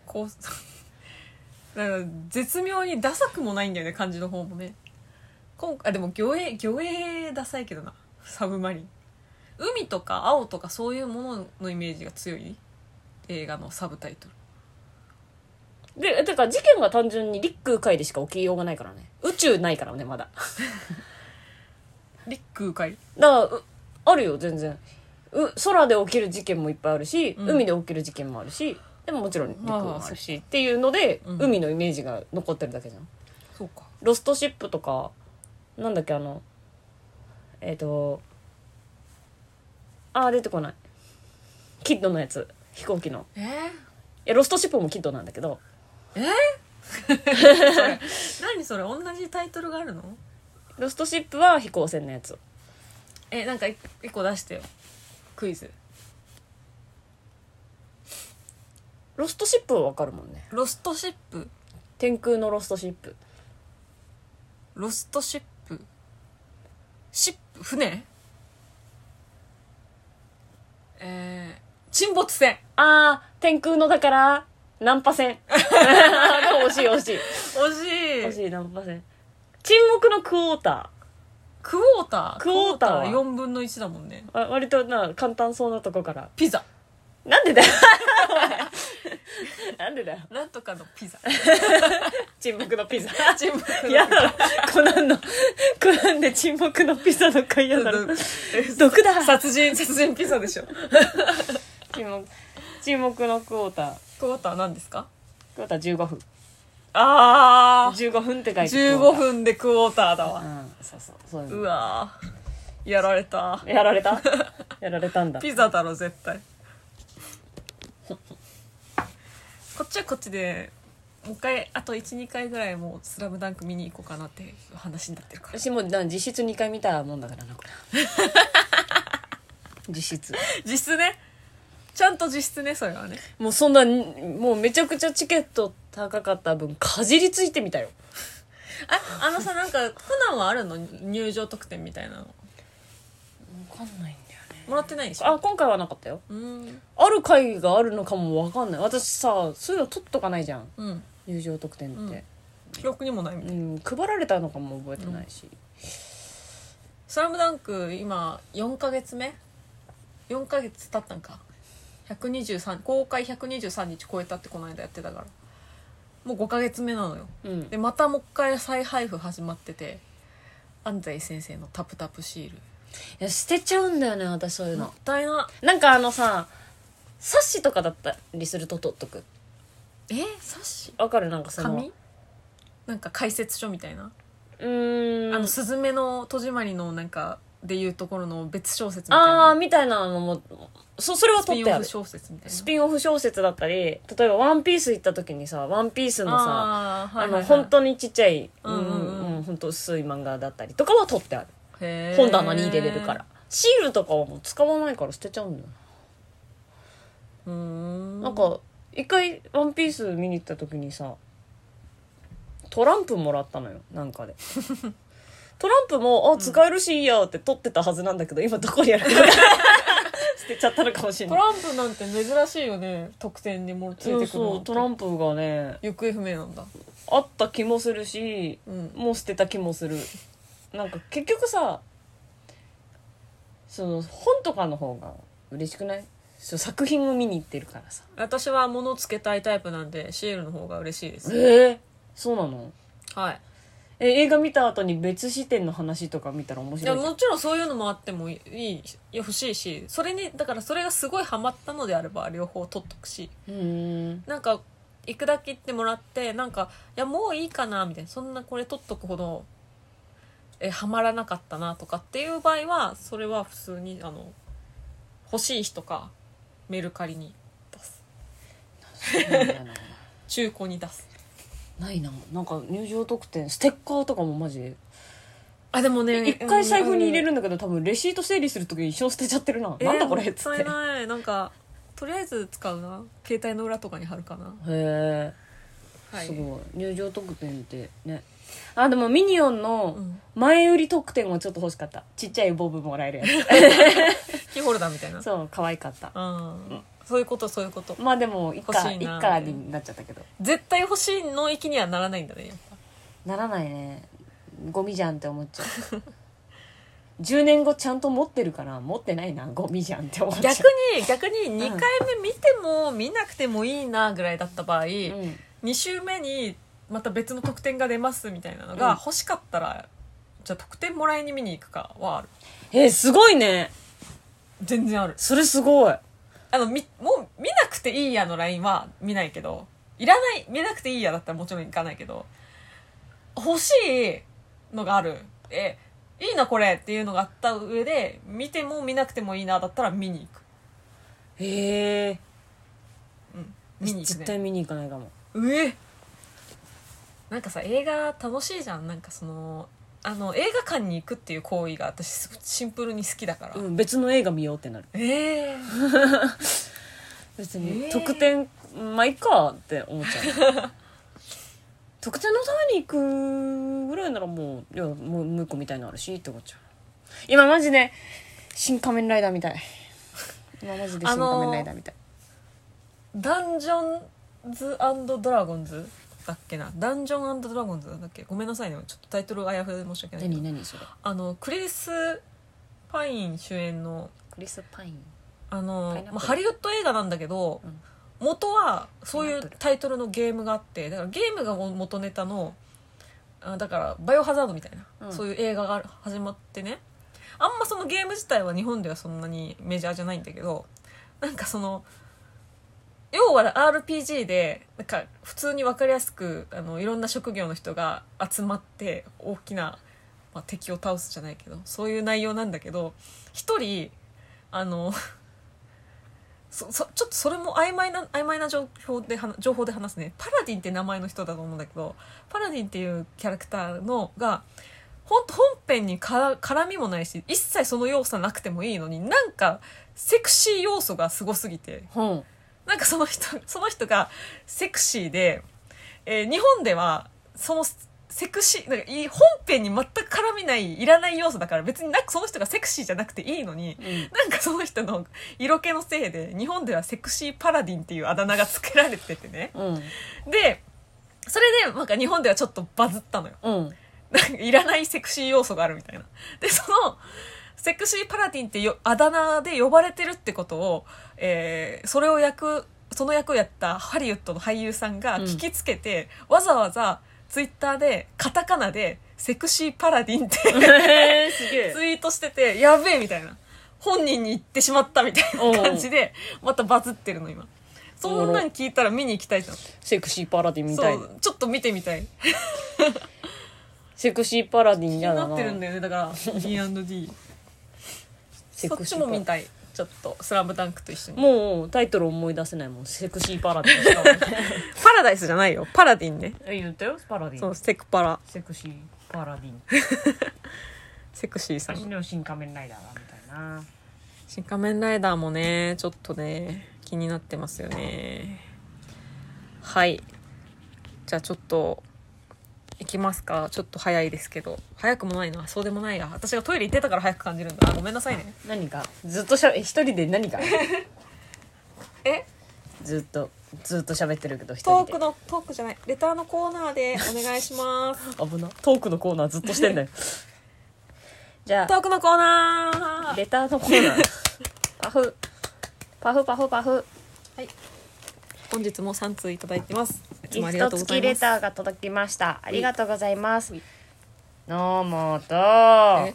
Speaker 2: こう だから絶妙にダサくもないんだよね漢字の方もね今あでも魚影魚影ダサいけどなサブマリン海とか青とかそういうもののイメージが強い映画のサブタイトル
Speaker 1: でてか事件が単純に陸空海でしか起きようがないからね宇宙ないからねまだ
Speaker 2: 陸空海
Speaker 1: だからうあるよ全然う空で起きる事件もいっぱいあるし、
Speaker 2: うん
Speaker 1: 海で起きる事件もあるしでももちろん陸もあるしっていうので、
Speaker 2: うん
Speaker 1: 海のイメージが残ってるだけじゃん
Speaker 2: そうか
Speaker 1: ロストシップとかなんだっけあのえっ、とあー出てこないキッドのやつ飛行機の
Speaker 2: えー、
Speaker 1: いやロストシップもキッドなんだけど
Speaker 2: 何それ同じタイトルがあるの
Speaker 1: ロストシップは飛行船のやつ
Speaker 2: えなんか一一個出してよクイズ
Speaker 1: ロストシップはわかるもんね
Speaker 2: ロストシップ
Speaker 1: 天空のロストシップ
Speaker 2: ロストシップシップ船えー、沈没船
Speaker 1: あー天空のだからナンパ 船惜しい惜しい
Speaker 2: 惜
Speaker 1: 惜
Speaker 2: しい
Speaker 1: しいナンパ船沈黙のクォータ
Speaker 2: クォーター
Speaker 1: クォーターは
Speaker 2: クォ4分の1だもんね
Speaker 1: ーわ割とな簡単そうなとこから
Speaker 2: ピザ
Speaker 1: なんでだよ なんでだよ
Speaker 2: なんとかのピ ザ
Speaker 1: 沈黙のピザ
Speaker 2: 沈黙の
Speaker 1: 嫌だろコナンのコナンで沈黙のピザの回嫌だろ 毒だ
Speaker 2: 殺人殺人ピザでしょ
Speaker 1: 沈黙沈黙のクォーター
Speaker 2: クォーター何ですか
Speaker 1: クォーター15分
Speaker 2: あー
Speaker 1: 15分って書いてクォー
Speaker 2: 15
Speaker 1: ター
Speaker 2: 分でクォーターだわ
Speaker 1: うんそうそうそういう
Speaker 2: う
Speaker 1: の
Speaker 2: わーやられた
Speaker 1: やられ たやられたん だ
Speaker 2: ピザだろ絶対こっちはこっちでもう一回あと12回ぐらいもう「スラムダンク見に行こうかなっていう話になってるから
Speaker 1: 私もうな実質2回見たもんだからなこれ 実質
Speaker 2: 実質ねちゃんと実質ねそれはね
Speaker 1: もうそんなもうめちゃくちゃチケット高かった分かじりついてみたよ
Speaker 2: ああのさなんかコナンはあるの入場特典みたいなの
Speaker 1: 分かんないんだよね
Speaker 2: もらってないでしょ
Speaker 1: あ今回はなかったよ
Speaker 2: うーん
Speaker 1: ある回があるのかも分かんない私さそういうの取っとかないじゃん
Speaker 2: うん
Speaker 1: 入場特典って、
Speaker 2: 記憶にもないみたい
Speaker 1: うん、配られたのかも覚えてないし、
Speaker 2: スラムダンク今4ヶ月目4ヶ月経ったんか123公開123日超えたってこの間やってたからもう5ヶ月目なのよ
Speaker 1: うん
Speaker 2: でまたもう一回再配布始まってて安西先生のタプタプシール
Speaker 1: いや捨てちゃうんだよね私そういう
Speaker 2: もっ
Speaker 1: の、
Speaker 2: たいな
Speaker 1: なんかあのさ冊子とかだったりすると取っとく
Speaker 2: え冊子
Speaker 1: わかるなんかその
Speaker 2: 紙なんか解説書みたいな、
Speaker 1: うーん
Speaker 2: あの「すずめの戸締まり」のなんかでいうところの別小説みたい
Speaker 1: あー
Speaker 2: な
Speaker 1: みたいなのもそそれは
Speaker 2: スピ
Speaker 1: 取っ
Speaker 2: ン
Speaker 1: て
Speaker 2: オ
Speaker 1: あ
Speaker 2: フ
Speaker 1: る
Speaker 2: 小説みたいな
Speaker 1: スピンオフ小説だったり例えば「ワンピース行った時にさ「ワンピースのさ
Speaker 2: あー
Speaker 1: あ
Speaker 2: はいはいは
Speaker 1: の
Speaker 2: い
Speaker 1: 本当にちっちゃい、う
Speaker 2: うんん
Speaker 1: う
Speaker 2: うんうん
Speaker 1: ん本当薄い漫画だったりとかは取ってある
Speaker 2: へー
Speaker 1: 本棚に入れれるからシールとかはもう使わないから捨てちゃうんだよ、
Speaker 2: うーん
Speaker 1: なんか一回「ワンピース見に行った時にさトランプもらったのよなんかで トランプも「あ使えるしいいや」って取ってたはずなんだけど今どこにあるか捨捨てちゃったのかもしれ
Speaker 2: ト
Speaker 1: ない
Speaker 2: ランプなんて珍しいよね特典にもうつい
Speaker 1: そう
Speaker 2: てくる
Speaker 1: そうトラ
Speaker 2: プ
Speaker 1: ンプがね
Speaker 2: 行方不明なんだ
Speaker 1: あった気もするし
Speaker 2: うん
Speaker 1: もう捨てた気もするなんか結局さその本とかの方が嬉しくないそう作品を見に行ってるからさ
Speaker 2: 私は物つけたいタイプなんでシールの方が嬉しいです
Speaker 1: ええそうなの
Speaker 2: はい
Speaker 1: え映画見た後に別視点の話とか見たら面
Speaker 2: いや
Speaker 1: 白いじゃん
Speaker 2: もちろんそういうのもあってもいいいや欲しいしそれにだからそれがすごいハマったのであれば両方取っとくし
Speaker 1: うーん
Speaker 2: なんか行くだけ行ってもらってなんかいやもういいかなみたいなそんなこれ取っとくほどえハマらなかったなとかっていう場合はそれは普通にあの欲しい日とかメルカリに出す
Speaker 1: そう なんだよな
Speaker 2: 中古に出す
Speaker 1: ないななんか入場特典ステッカーとかもマジで
Speaker 2: あでもね
Speaker 1: 一回財布に入れるんだけど多分レシート整理する時に一生捨てちゃってるな、
Speaker 2: えー
Speaker 1: なんだこれっつって
Speaker 2: もったいないなんかとりあえず使うな携帯の裏とかに貼るかな
Speaker 1: へえ、
Speaker 2: はい
Speaker 1: すごい入場特典ってねあでもミニオンの
Speaker 2: うん
Speaker 1: 前売り特典はちょっと欲しかったちっちゃいボブもらえるや
Speaker 2: キーホルダーみたいな
Speaker 1: つそう可愛かった
Speaker 2: うんそういうことそういうこと
Speaker 1: まあでも一家
Speaker 2: 欲しい
Speaker 1: 一
Speaker 2: な
Speaker 1: 家になっちゃったけど
Speaker 2: 絶対欲しいの域にはならないんだねやっぱ
Speaker 1: ならないねゴミじゃんって思っちゃう 10年後ちゃんと持ってるから持ってないなゴミじゃんって思っちゃう
Speaker 2: 逆に逆に2回目見ても見なくてもいいなぐらいだった場合、
Speaker 1: うん
Speaker 2: 2週目にまた別の特典が出ますみたいなの
Speaker 1: うん
Speaker 2: が欲しかったら、じゃあ特典もらいに見に行くかはある
Speaker 1: えーすごいね
Speaker 2: 全然ある
Speaker 1: それすごい
Speaker 2: あのみもう見なくていいやのラインは見ないけどいらない見なくていいやだったらもちろん行かないけど欲しいのがあるえいいなこれっていうのがあった上で見ても見なくてもいいなだったら見に行く
Speaker 1: へえ
Speaker 2: 見に行く
Speaker 1: 絶
Speaker 2: ね
Speaker 1: 対見に行かないかも
Speaker 2: うえなんかさ映画楽しいじゃんなんかそのあの映画館に行くっていう行為が私シンプルに好きだから、
Speaker 1: うん別の映画見ようってなる
Speaker 2: ええ
Speaker 1: 別に
Speaker 2: えー
Speaker 1: 特典まあいっかって思っちゃう 特典のために行くぐらいならもういやもうもう一個みたいのあるしって思っちゃう今マジで新仮面ライダーみたい 今マジで新仮面ライダーみたい、
Speaker 2: ダンジョンズドラゴンズだっけなダンジョンドラゴンズなんだっけごめんなさいねちょっとタイトルあやふやで申し訳ないけ
Speaker 1: 何
Speaker 2: ど
Speaker 1: 何それ
Speaker 2: あのクリス・パイン主演の
Speaker 1: クリス・パイン
Speaker 2: あ
Speaker 1: パイナッ
Speaker 2: の
Speaker 1: プ、ル
Speaker 2: まあ、ハリウッド映画なんだけど、
Speaker 1: うん
Speaker 2: 元はそうい
Speaker 1: パイナ
Speaker 2: う
Speaker 1: ップル
Speaker 2: タイトルのゲームがあってだからゲームが元ネタのあだから「バイオハザード」みたいな、
Speaker 1: うん
Speaker 2: そういう映画が始まってねあんまそのゲーム自体は日本ではそんなにメジャーじゃないんだけどなんかその要は RPG でなんか普通に分かりやすくあのいろんな職業の人が集まって大きな、まあ、敵を倒すじゃないけどそういう内容なんだけど一人あのそそちょっとそれも曖昧な曖昧な情報で話情報で話すねパラディンって名前の人だと思うんだけどパラディンっていうキャラクターのが本当本編にから絡みもないし一切その要素なくてもいいのになんかセクシー要素がすごすぎて
Speaker 1: 本
Speaker 2: なんかその人、その人がセクシーで、えー日本では、そのセクシー、なんかいい本編に全く絡みない、いらない要素だから別になくその人がセクシーじゃなくていいのに、
Speaker 1: うん
Speaker 2: なんかその人の色気のせいで、日本ではセクシーパラディンっていうあだ名がつけられててね。
Speaker 1: うん
Speaker 2: で、それでなんか日本ではちょっとバズったのよ。
Speaker 1: うん
Speaker 2: なんかいらないセクシー要素があるみたいな。で、その、セクシーパラディンってよあだ名で呼ばれてるってことを、えーそれを役、その役をやったハリウッドの俳優さんが聞きつけて、わざわざツイッターで、カタカナで、セクシーパラディンって
Speaker 1: えー、すげ え
Speaker 2: ツイートしてて、やべえみたいな。本人に言ってしまったみたいな感じで、またバズってるの今。そんなん聞いたら見に行きたいじゃん。
Speaker 1: セクシーパラディンみ
Speaker 2: そ、
Speaker 1: たいう
Speaker 2: ちょっと見てみたい。
Speaker 1: セクシーパラディン
Speaker 2: 気に
Speaker 1: やだ
Speaker 2: な
Speaker 1: な
Speaker 2: ってるんだよね、だ から、D&D。
Speaker 1: セ
Speaker 2: そっ
Speaker 1: クシ
Speaker 2: ち
Speaker 1: ーパ
Speaker 2: も見たいちょっと「スラムダンクと一緒に
Speaker 1: もうタイトル思い出せないもんセクシーパラディンしか
Speaker 2: パラダイスじゃないよパラディンね
Speaker 1: 言ったよパラディン
Speaker 2: そうセクパラ
Speaker 1: セクシーパラ ディン
Speaker 2: セクシーさん
Speaker 1: の新仮面ライダーだみたいな
Speaker 2: 「新仮面ライダー」もねちょっとね気になってますよねはいじゃあちょっといきますかちょっと早いですけど早くもないなそうでもないな私がトイレ行ってたから早く感じるんだあごめんなさいね
Speaker 1: 何かずっとしゃべえ一人で何か
Speaker 2: え
Speaker 1: ずっとずっと喋ってるけど一
Speaker 2: ト
Speaker 1: 人
Speaker 2: ー
Speaker 1: で
Speaker 2: クのトークじゃないレターのコーナーでお願いします
Speaker 1: 危なトークのコーナーずっとしてんだ よじゃ
Speaker 2: トークのコーナ
Speaker 1: あ
Speaker 2: ー
Speaker 1: レターのコー ナーパフパフパフパフ
Speaker 2: 本日も3通いただいてますいつ
Speaker 1: ギ
Speaker 2: もあり
Speaker 1: フ
Speaker 2: がと
Speaker 1: ト
Speaker 2: うご
Speaker 1: 付
Speaker 2: ざ
Speaker 1: き
Speaker 2: いま
Speaker 1: レ
Speaker 2: す
Speaker 1: ターが届きましたありがとうございます
Speaker 2: うい
Speaker 1: どうもと
Speaker 2: え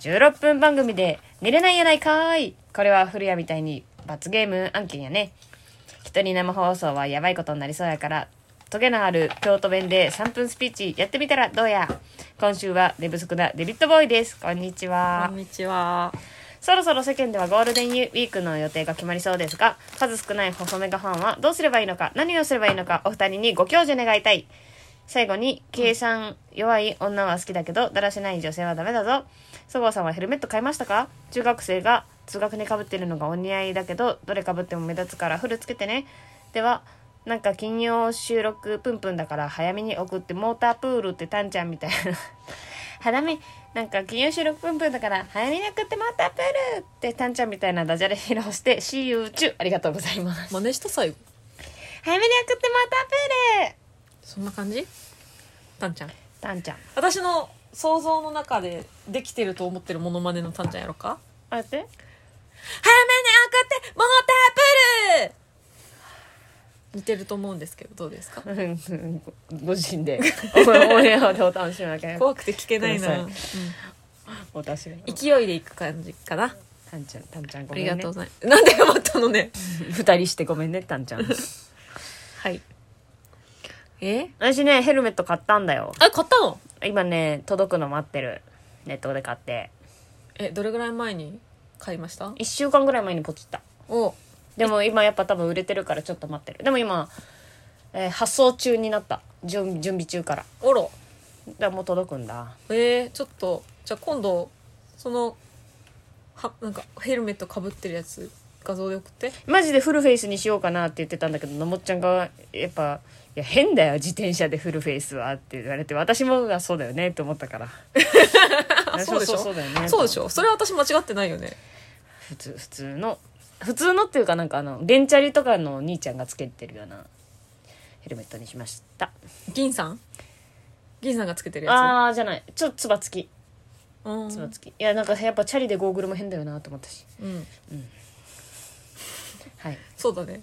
Speaker 1: 16分番組で寝れないやないかーいこれは古谷みたいに罰ゲーム案件やね一人生放送はやばいことになりそうやからトゲのある京都弁で3分スピーチやってみたらどうや今週は寝不足なデビットボーイですこんにちは
Speaker 2: こんにちは
Speaker 1: そろそろ世間ではゴールデンウィークの予定が決まりそうですが数少ない細めがファンはどうすればいいのか何をすればいいのかお二人にご教授願いたい最後に計算弱い女は好きだけどだらしない女性はダメだぞそごうさんはヘルメット買いましたか中学生が通学にかぶってるのがお似合いだけどどれかぶっても目立つからフルつけてねではなんか金曜収録プンプンだから早めに送ってモータープールってタンちゃんみたいな花見なんか金曜収録分分だから早めに送ってもらったプールってタンちゃんみたいなダジャレ披露して See you 中ありがとうございます
Speaker 2: 真似した最後
Speaker 1: 早めに送ってもらったプール
Speaker 2: そんな感じたんちゃん
Speaker 1: タンちゃん
Speaker 2: 私の想像の中でできてると思ってるモノマネのたんちゃんやろうか
Speaker 1: あ待って
Speaker 2: 早めに送ってモータープール似てると思うんですけどどうですか
Speaker 1: うんご自身でオンエアでお楽しみだけ
Speaker 2: 怖くて聞けない
Speaker 1: ごめ
Speaker 2: な、う
Speaker 1: ん
Speaker 2: ん
Speaker 1: な私が
Speaker 2: 勢いでいく感じかな
Speaker 1: タンちゃんタンちゃんご
Speaker 2: あ
Speaker 1: め
Speaker 2: り
Speaker 1: ん
Speaker 2: が
Speaker 1: ね
Speaker 2: とうございますなんで謝ったのね
Speaker 1: 二人してごめんねタンちゃん
Speaker 2: はいえ
Speaker 1: 私ねヘルメット買ったんだよ
Speaker 2: あ買ったの
Speaker 1: 今ね届くの待ってるネットで買って
Speaker 2: えどれぐらい前に買いました
Speaker 1: 1週間ぐらい前にポチった
Speaker 2: お
Speaker 1: でも今やっぱ多分売れてるからちょっと待ってるでも今、えー発送中になった準準備中から
Speaker 2: おろ
Speaker 1: だからもう届くんだ
Speaker 2: えー、ちょっとじゃあ今度そのはなんかヘルメットかぶってるやつ画像で送って
Speaker 1: マジでフルフェイスにしようかなって言ってたんだけどのもっちゃんがやっぱ「いや変だよ自転車でフルフェイスは」って言われて私もがそうだよねって思ったから 私
Speaker 2: そう
Speaker 1: も
Speaker 2: でしょ
Speaker 1: そうだよね
Speaker 2: そうでしょそれは私間違ってないよね
Speaker 1: 普通普通の普通のっていうかなんかあの電チャリとかのお兄ちゃんがつけてるようなヘルメットにしました
Speaker 2: 銀さん銀さんがつけてるや
Speaker 1: ああじゃないちょっとつばつき
Speaker 2: つうん
Speaker 1: つばつきいやなんかやっぱチャリでゴーグルも変だよなと思ったし
Speaker 2: うん
Speaker 1: はい
Speaker 2: そうだね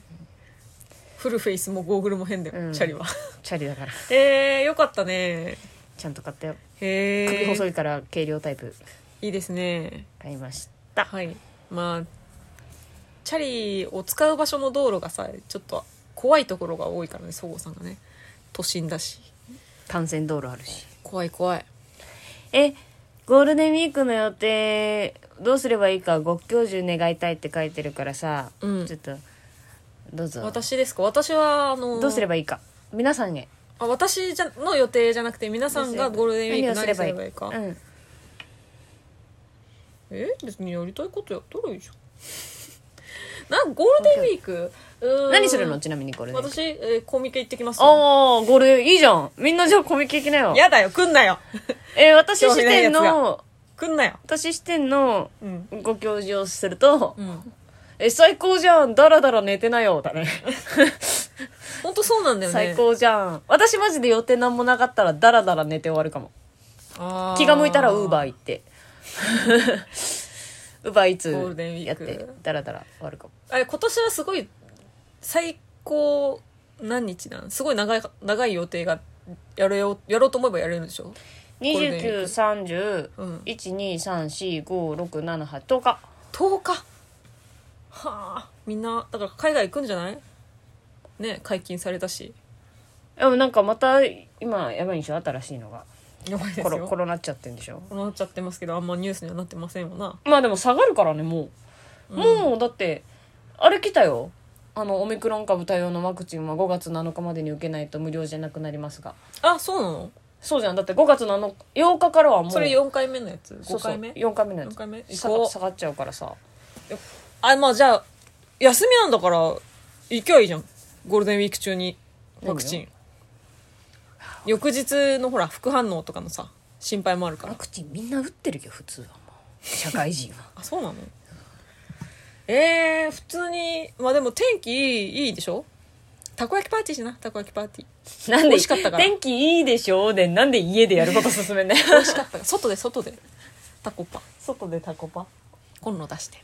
Speaker 2: フルフェイスもゴーグルも変だよ、
Speaker 1: うん
Speaker 2: チャリは
Speaker 1: チャリだから
Speaker 2: えー、 よかったね
Speaker 1: ちゃんと買ったよ
Speaker 2: へえ
Speaker 1: 首細いから軽量タイプ
Speaker 2: いいですね
Speaker 1: 買いました
Speaker 2: はいまあチャリを使う場所の道路がさちょっと怖いところが多いからねそごうさんがね都心だし
Speaker 1: 幹線道路あるし
Speaker 2: 怖い怖い
Speaker 1: えゴールデンウィークの予定どうすればいいかご教授願いたいって書いてるからさ、
Speaker 2: うん
Speaker 1: ちょっとどうぞ
Speaker 2: 私ですか私はあの
Speaker 1: どうすれ
Speaker 2: ば
Speaker 1: ばいいか皆さんへ
Speaker 2: あ私じゃの予定じゃなくて皆さんがゴールデンウィーク何すればいい
Speaker 1: 何を
Speaker 2: か
Speaker 1: うん、
Speaker 2: え別にやりたいことやったらいいじゃん なんゴールデンウィークうーん
Speaker 1: 何するのちなみにこれで
Speaker 2: 私、えーコミケ行ってきますよ
Speaker 1: ああゴールデンいいじゃんみんなじゃあコミケ行きなよ
Speaker 2: やだよ来んなよ
Speaker 1: えー私視点
Speaker 2: 興味ない
Speaker 1: の
Speaker 2: 来んなよ
Speaker 1: 私視点の
Speaker 2: うん
Speaker 1: ご教授をすると、
Speaker 2: うん
Speaker 1: え最高じゃんダラダラ寝てなよだね
Speaker 2: 本当そうなんだよね
Speaker 1: 最高じゃん私マジで予定なんもなかったらダラダラ寝て終わるかも
Speaker 2: あー
Speaker 1: 気が向いたらウーバー行って ウーバーイーツ
Speaker 2: ゴールデンウィ
Speaker 1: や
Speaker 2: ー
Speaker 1: っ
Speaker 2: ク
Speaker 1: てダラダラ終わるかも
Speaker 2: あれ今年はすごい最高何日なんすごい長い長い予定がやれよやろうと思えばやれるんでしょゴールデンウィーク
Speaker 1: 293012345678、
Speaker 2: うん
Speaker 1: 1 2 3 4 5 6 7 8 10日
Speaker 2: 10日はあみんなだから海外行くんじゃないね解禁されたし
Speaker 1: でもなんかまた今やばいんでしょ新しいのが
Speaker 2: やばいです
Speaker 1: コロコ
Speaker 2: よ
Speaker 1: ロなっちゃってんでしょ
Speaker 2: こうなっちゃってますけどあんまニュースにはなってませんわな
Speaker 1: まあでも下がるからねもう、もうだってあれ来たよあのオミクロン株対応のワクチンは5月7日までに受けないと無料じゃなくなりますが
Speaker 2: あそうなの
Speaker 1: そうじゃんだって5月の8日からはもう
Speaker 2: それ4回目のやつ
Speaker 1: そ
Speaker 2: 5
Speaker 1: うそう
Speaker 2: 回目
Speaker 1: 4回目のや
Speaker 2: 4回目
Speaker 1: つ
Speaker 2: 行
Speaker 1: 下
Speaker 2: こ
Speaker 1: が
Speaker 2: う
Speaker 1: 下がっちゃうからさ
Speaker 2: あまあじゃあ休みなんだから行きゃいいじゃんゴールデンウィーク中にワクチン翌日のほら副反応とかのさ心配もあるから
Speaker 1: ワクチンみんな打ってるよ普通はもう社会人は
Speaker 2: あそうなのえー、普通にまあでも天気いいいいでしょたこ焼きパーティーしなたこ焼きパーティー
Speaker 1: なん
Speaker 2: 美
Speaker 1: で
Speaker 2: 味しかったから
Speaker 1: 天気いいでしょでなんで家でやること勧めん ね
Speaker 2: 美味しかったから外で外でタコパ
Speaker 1: 外でタコパ
Speaker 2: コンロ出して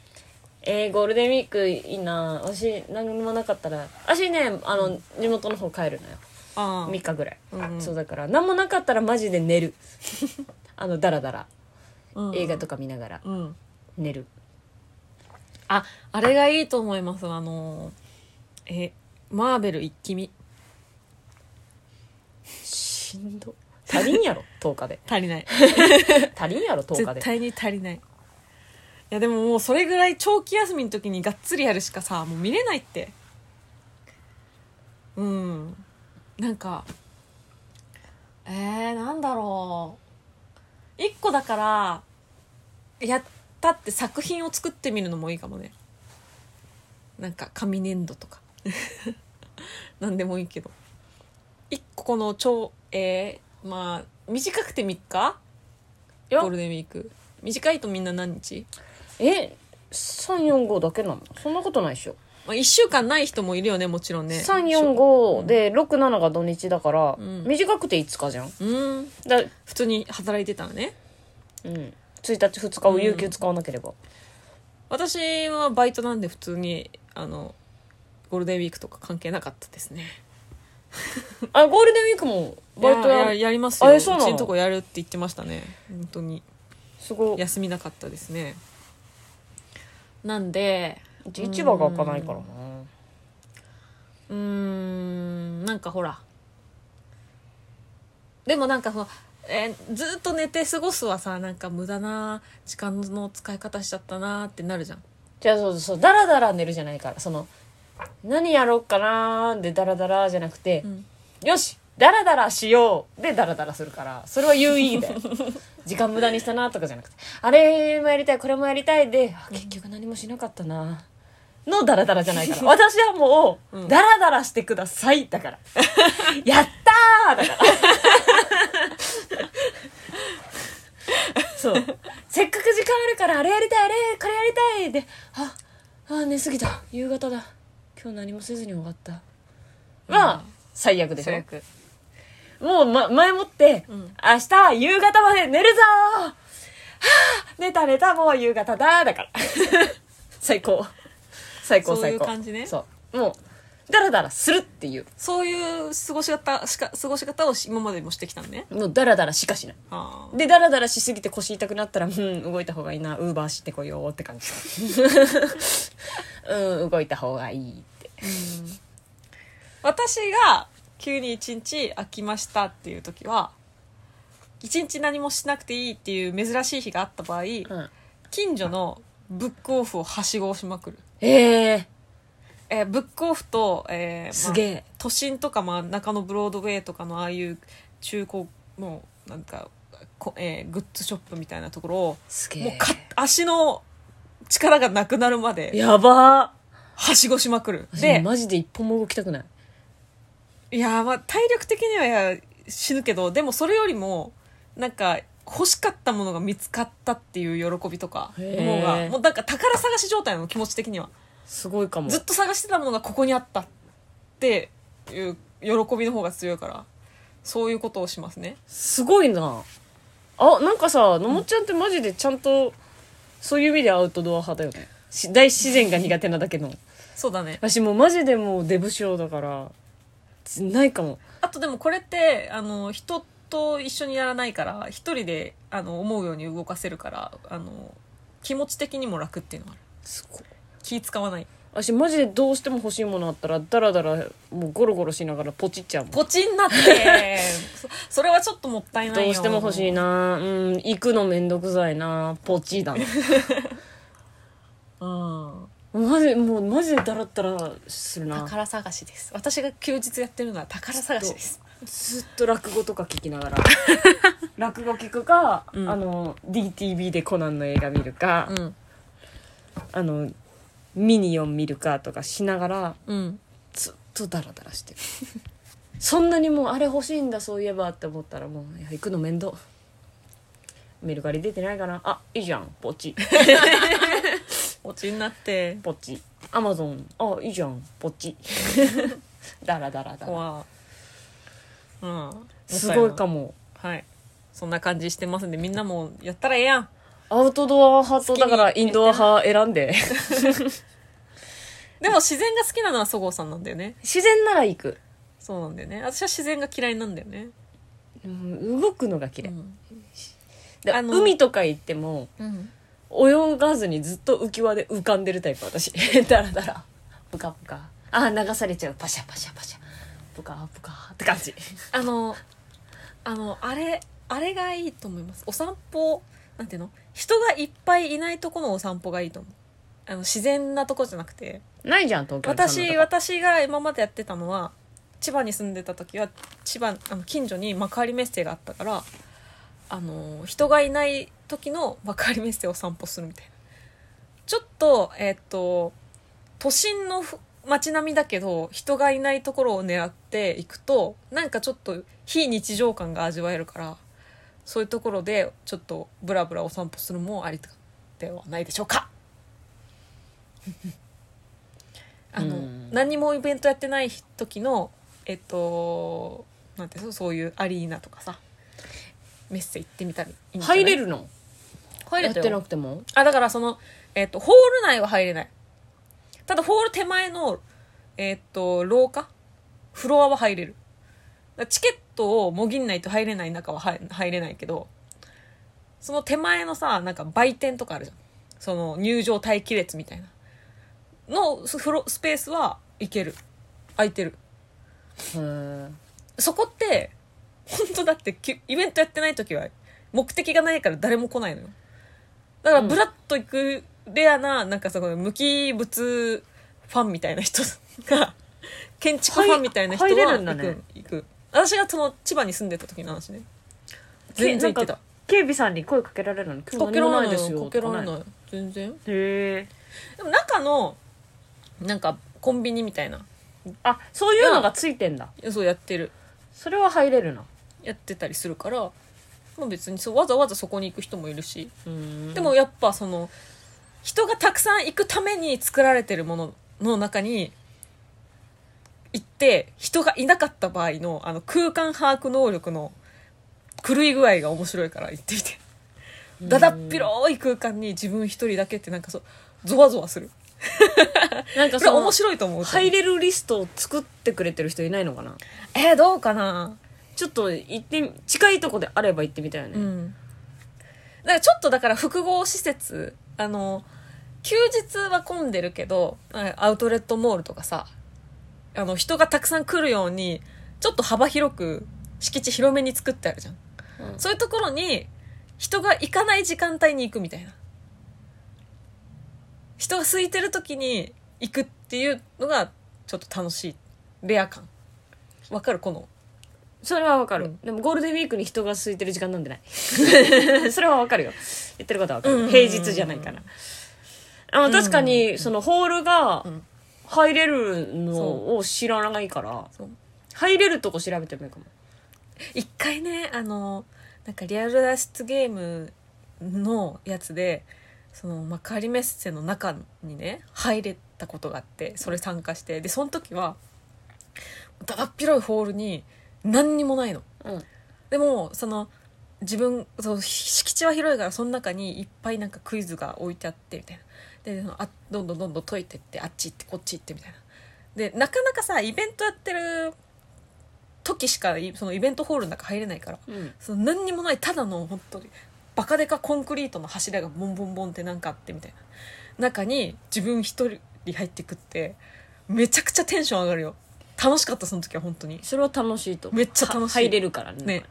Speaker 1: えー、ゴールデンウィークいいな私何もなかったら私ねあの地元の方帰るのよ
Speaker 2: あ
Speaker 1: 3日ぐらい、
Speaker 2: うんうん
Speaker 1: そうだから何もなかったらマジで寝る あのダラダラ
Speaker 2: あ
Speaker 1: 映画と
Speaker 2: か
Speaker 1: か見ながら
Speaker 2: うん
Speaker 1: 寝る
Speaker 2: ああれがいいと思いますあのえマーベル一気見
Speaker 1: しんど足りんやろ10日 で
Speaker 2: 足りない
Speaker 1: 足りんやろ10日
Speaker 2: 絶
Speaker 1: で
Speaker 2: 対に足りないいやでももうそれぐらい長期休みの時にがっつりやるしかさもう見れないってうんなんかえー、なんだろう一個だからやったって作品を作ってみるのもいいかもねなんか紙粘土とか なんでもいいけど一個この超えー、まあ短くて3日
Speaker 1: いや
Speaker 2: ゴールデンウィーク短いとみんな何日、
Speaker 1: え345だけなのそんなことないでしょ、
Speaker 2: まあ、1週間ない人もいるよねもちろんね
Speaker 1: 345で67が土日だから、
Speaker 2: うん
Speaker 1: 短くて5日じゃん
Speaker 2: うん
Speaker 1: だ
Speaker 2: 普通に働いてたのね
Speaker 1: うん1日2日を有給使わなければ、
Speaker 2: 私はバイトなんで普通にあのゴールデンウィークとか関係なかったですね
Speaker 1: あゴールデンウィークもバイト
Speaker 2: や
Speaker 1: や
Speaker 2: ややりますよ
Speaker 1: あえそうなの
Speaker 2: ちのとこやるって言ってましたね本当に
Speaker 1: すごい
Speaker 2: 休みなかったですねなんで
Speaker 1: うち市場が開かないからな
Speaker 2: うーんなんかほらでもなんかその、えーずーっと寝て過ごすはさなんか無駄な時間の使い方しちゃったなーってなるじゃん
Speaker 1: じゃあそうそうダラダラ寝るじゃないからその何やろうかなーでダラダラじゃなくて、
Speaker 2: ん
Speaker 1: よしダラダラしようでダラダラするからそれは有意義だよ時間無駄にしたなとかじゃなくてあれもやりたいこれもやりたいであ結局何もしなかったなのダラダラじゃないから私はもう、
Speaker 2: うん
Speaker 1: ダラダラしてくださいだからやったーだからそうせっかく時間あるからあれやりたいあれこれやりたいでああ寝すぎた夕方だ今日何もせずに終わったは、最悪でしょ
Speaker 2: く
Speaker 1: もう、ま、前もって、
Speaker 2: うん
Speaker 1: 明日夕方まで寝るぞーはあ寝た寝たもう夕方だだから 最高最高
Speaker 2: そうい
Speaker 1: 最
Speaker 2: う
Speaker 1: 高
Speaker 2: 感じね
Speaker 1: そうもうダラダラするっていう
Speaker 2: そういう過ごし方しか過ごし方をし今までもしてきたのね
Speaker 1: もうダラダラしかしない
Speaker 2: あー
Speaker 1: でダラダラしすぎて腰痛くなったらうん動いた方がいいなウーバーしてこようって感じ うん動いた方がいいって
Speaker 2: 私が急に一日空きましたっていう時は一日何もしなくていいっていう珍しい日があった場合
Speaker 1: うん
Speaker 2: 近所のブックオフをはしごをしまくる
Speaker 1: ええ
Speaker 2: えーブックオフと、えーまあ
Speaker 1: すげえ
Speaker 2: 都心とか、まあ、中野ブロードウェイとかのああいう中古のなんかこ、えーグッズショップみたいなところを、
Speaker 1: すげえ
Speaker 2: もうか足の力がなくなるまで
Speaker 1: やば
Speaker 2: はしごしまくる
Speaker 1: ーで
Speaker 2: で
Speaker 1: マジで一歩も動きたくない
Speaker 2: いやーまあ体力的にはいや死ぬけどでもそれよりもなんか欲しかったものが見つかったっていう喜びとか
Speaker 1: へー
Speaker 2: もうがもうなんか宝探し状態なの気持ち的には
Speaker 1: すごいかも
Speaker 2: ずっと探してたものがここにあったっていう喜びの方が強いからそういうことをしますね
Speaker 1: すごいなあなんかさのもちゃんってマジでちゃんとそういう意味でアウトドア派だよねし大自然が苦手なだけの
Speaker 2: そうだね
Speaker 1: 私もうマジでもうデブ症だからつないかも
Speaker 2: あとでもこれってあの人と一緒にやらないから一人であの思うように動かせるからあの気持ち的にも楽っていうのがある
Speaker 1: すごい
Speaker 2: 気使わない
Speaker 1: 私マジでどうしても欲しいものあったらダラダラもうゴロゴロしながらポチっちゃうもん
Speaker 2: ポチンなって そそれはちょっともったいないよ
Speaker 1: どうしても欲しいなうん行くのめんどくさいなポチだな
Speaker 2: うん
Speaker 1: マジもうマジでダラッダラするな
Speaker 2: 宝探しです私が休日やってるのは宝探しです
Speaker 1: ずっと落語とか聞きなが ら落語聞くか、
Speaker 2: うん
Speaker 1: あの DTV でコナンの映画見るか、
Speaker 2: うん
Speaker 1: あのミニオン見るかとかしながら
Speaker 2: うん
Speaker 1: ずっとダラダラしてるそんなにもうあれ欲しいんだそういえばって思ったらもういや行くの面倒メルカリ出てないかなあいいじゃんポチ
Speaker 2: オチになって
Speaker 1: ポチアマゾンあいいじゃんポチ ダラダラダラ
Speaker 2: 怖うん
Speaker 1: すごいか
Speaker 2: も
Speaker 1: も
Speaker 2: はいそんな感じしてますんでみんなもやったらええやん
Speaker 1: アウトドア派とだからインドア派選んで
Speaker 2: でも自然が好きなのはそごうさんなんだよね
Speaker 1: 自然なら行く、
Speaker 2: そうなんだよね私は自然が嫌いなんだよね
Speaker 1: うん動くのが嫌い、
Speaker 2: うん
Speaker 1: で
Speaker 2: あの
Speaker 1: 海とか行っても泳がずにずっと浮き輪で浮かんでるタイプ私 ダラダラブカブカあ流されちゃうパシャパシャパシャブカブカって感じ
Speaker 2: あのあのあれあれがいいと思いますお散歩なんていうの人がいっぱいいないとこのお散歩がいいと思うあの自然なとこじゃなくて
Speaker 1: ないじゃん東京にそん
Speaker 2: 私
Speaker 1: なとこ
Speaker 2: 私が今までやってたのは千葉に住んでた時は千葉あの近所に幕張メッセがあったからあの人がいない時の幕張メッセを散歩するみたいなちょっとえっと都心のふ街並みだけど人がいないところを狙っていくとなんかちょっと非日常感が味わえるからそういうところでちょっとブラブラお散歩するのもありではないでしょうか あの、
Speaker 1: うん
Speaker 2: 何もイベントやってない時のえっとなんていうのそういうアリーナとかさメッセ行ってみたらいいんじゃない
Speaker 1: 入れるの
Speaker 2: 入
Speaker 1: や
Speaker 2: れ
Speaker 1: ったて
Speaker 2: よ
Speaker 1: なくても
Speaker 2: あだからその、えっとホール内は入れないただホール手前の、えっと廊下フロアは入れるだからチケットをもぎんないと入れない中は入入れないけどその手前のさなんか売店とかあるじゃんその入場待機列みたいなのスフロスペースは行ける空いてる
Speaker 1: へー
Speaker 2: そこって本当だってきイベントやってない時は目的がないから誰も来ないのよだから
Speaker 1: うん
Speaker 2: ブラッと行くレアななんかその無機物ファンみたいな人が建築ファンみたいな人は
Speaker 1: 入入れる
Speaker 2: 行く,、
Speaker 1: んだね
Speaker 2: 行く私がその千葉に住んでた時の話ね全然行ってた
Speaker 1: なんか警備さんに声かけられるのに今
Speaker 2: こ
Speaker 1: 日
Speaker 2: け
Speaker 1: 何も
Speaker 2: られ
Speaker 1: ない
Speaker 2: な
Speaker 1: で
Speaker 2: い
Speaker 1: す
Speaker 2: よ
Speaker 1: よ
Speaker 2: こけられ
Speaker 1: と
Speaker 2: な
Speaker 1: か
Speaker 2: い全然
Speaker 1: いへえ
Speaker 2: でも中のなんかコンビニみたいな
Speaker 1: あそういうのがついてんだ
Speaker 2: そうやってる
Speaker 1: それは入れるな
Speaker 2: やってたりするから、まあ、別にそうわざわざそこに行く人もいるしで
Speaker 1: で
Speaker 2: もやっぱその人がたくさん行くために作られてるものの中に行って人がいなかった場合のあの空間把握能力の狂い具合が面白いから行ってみてだだっ広い空間に自分一人だけってなんかそうゾワゾワする
Speaker 1: なんか
Speaker 2: それ
Speaker 1: その
Speaker 2: 面白いと思う
Speaker 1: 入れるリストを作ってくれてる人いないのかな
Speaker 2: えー、どうかな
Speaker 1: ちょっと行って近いとこであれば行ってみたいよ
Speaker 2: う
Speaker 1: ね、
Speaker 2: んだからちょっとだから複合施設あの休日は混んでるけどあアウトレットモールとかさあの人がたくさん来るようにちょっと幅広く敷地広めに作ってあるじゃん、
Speaker 1: うん
Speaker 2: そういうところに人が行かない時間帯に行くみたいな人が空いてる時に行くっていうのがちょっと楽しいレア感わかるこの
Speaker 1: それはわかる、
Speaker 2: うん
Speaker 1: でもゴールデンウィークに人が空いてる時間なんでない それはわかるよ言ってることはわか
Speaker 2: うんうん
Speaker 1: る
Speaker 2: うん
Speaker 1: 平日じゃないからあの確かにそのホールが
Speaker 2: ん
Speaker 1: 入れるのを知らないから
Speaker 2: そう
Speaker 1: 入れるとこ調べてもいいかも
Speaker 2: 一回ねあのなんかリアル脱出ゲームのやつでその幕張メッセの中にね入れたことがあってそれ参加してでその時はだだっ広いホールに何にもないの
Speaker 1: うん
Speaker 2: でもその自分そう敷地は広いからその中にいっぱいなんかクイズが置いてあってみたいなでそのあどんどんどんどん解いてってあっち行ってこっち行ってみたいなでなかなかさイベントやってる時しかいそのイベントホールの中入れないから
Speaker 1: うん
Speaker 2: その何にもないただの本当にバカデカコンクリートの柱がボンボンボンってなんかあってみたいな中に自分一人入ってくってめちゃくちゃテンション上がるよ楽しかったその時は本当に
Speaker 1: それは楽しいと思う
Speaker 2: めっちゃ楽しい
Speaker 1: は入れるからね
Speaker 2: ね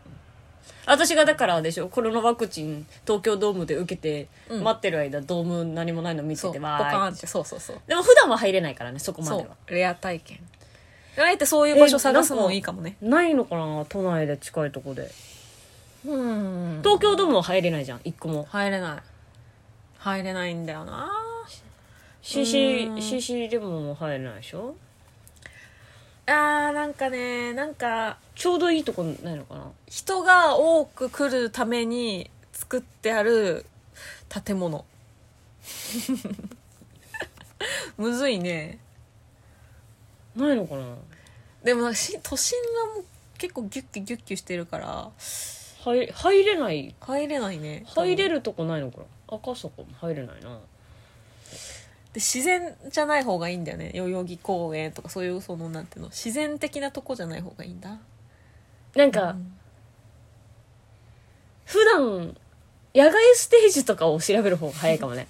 Speaker 1: 私がだからでしょコロナワクチン東京ドームで受けて、
Speaker 2: うん
Speaker 1: 待ってる間ドーム何もないの見て
Speaker 2: そう
Speaker 1: て
Speaker 2: ポ
Speaker 1: わ
Speaker 2: カー
Speaker 1: ーい
Speaker 2: ンってそうそうそう
Speaker 1: でも普段は入れないからねそこまで
Speaker 2: そ
Speaker 1: は
Speaker 2: うレア体験あえてそういう場所探すのもいいかもね
Speaker 1: ないのかな都内で近いとこで
Speaker 2: うん
Speaker 1: 東京ドームは入れないじゃん一個も
Speaker 2: 入れない入れないんだよな
Speaker 1: CC,
Speaker 2: うん
Speaker 1: CC レモンも入れないでしょ
Speaker 2: あーなんかねなんか
Speaker 1: ちょうどいいとこないのかな
Speaker 2: 人が多く来るために作ってある建物 むずいね
Speaker 1: ないのかな
Speaker 2: でもなんかし都心はもう結構ギュッギュギュッギュしてるから
Speaker 1: 入入れない
Speaker 2: 入れないね
Speaker 1: 入れ
Speaker 2: る
Speaker 1: るとこないのかな赤坂も入れないな
Speaker 2: で自然じゃない方がいいんだよね代々木公園とかそういうそのなんていうの自然的なとこじゃない方がいいんだ
Speaker 1: なんか、
Speaker 2: うん
Speaker 1: 普段野外ステージとかを調べる方が早いかもね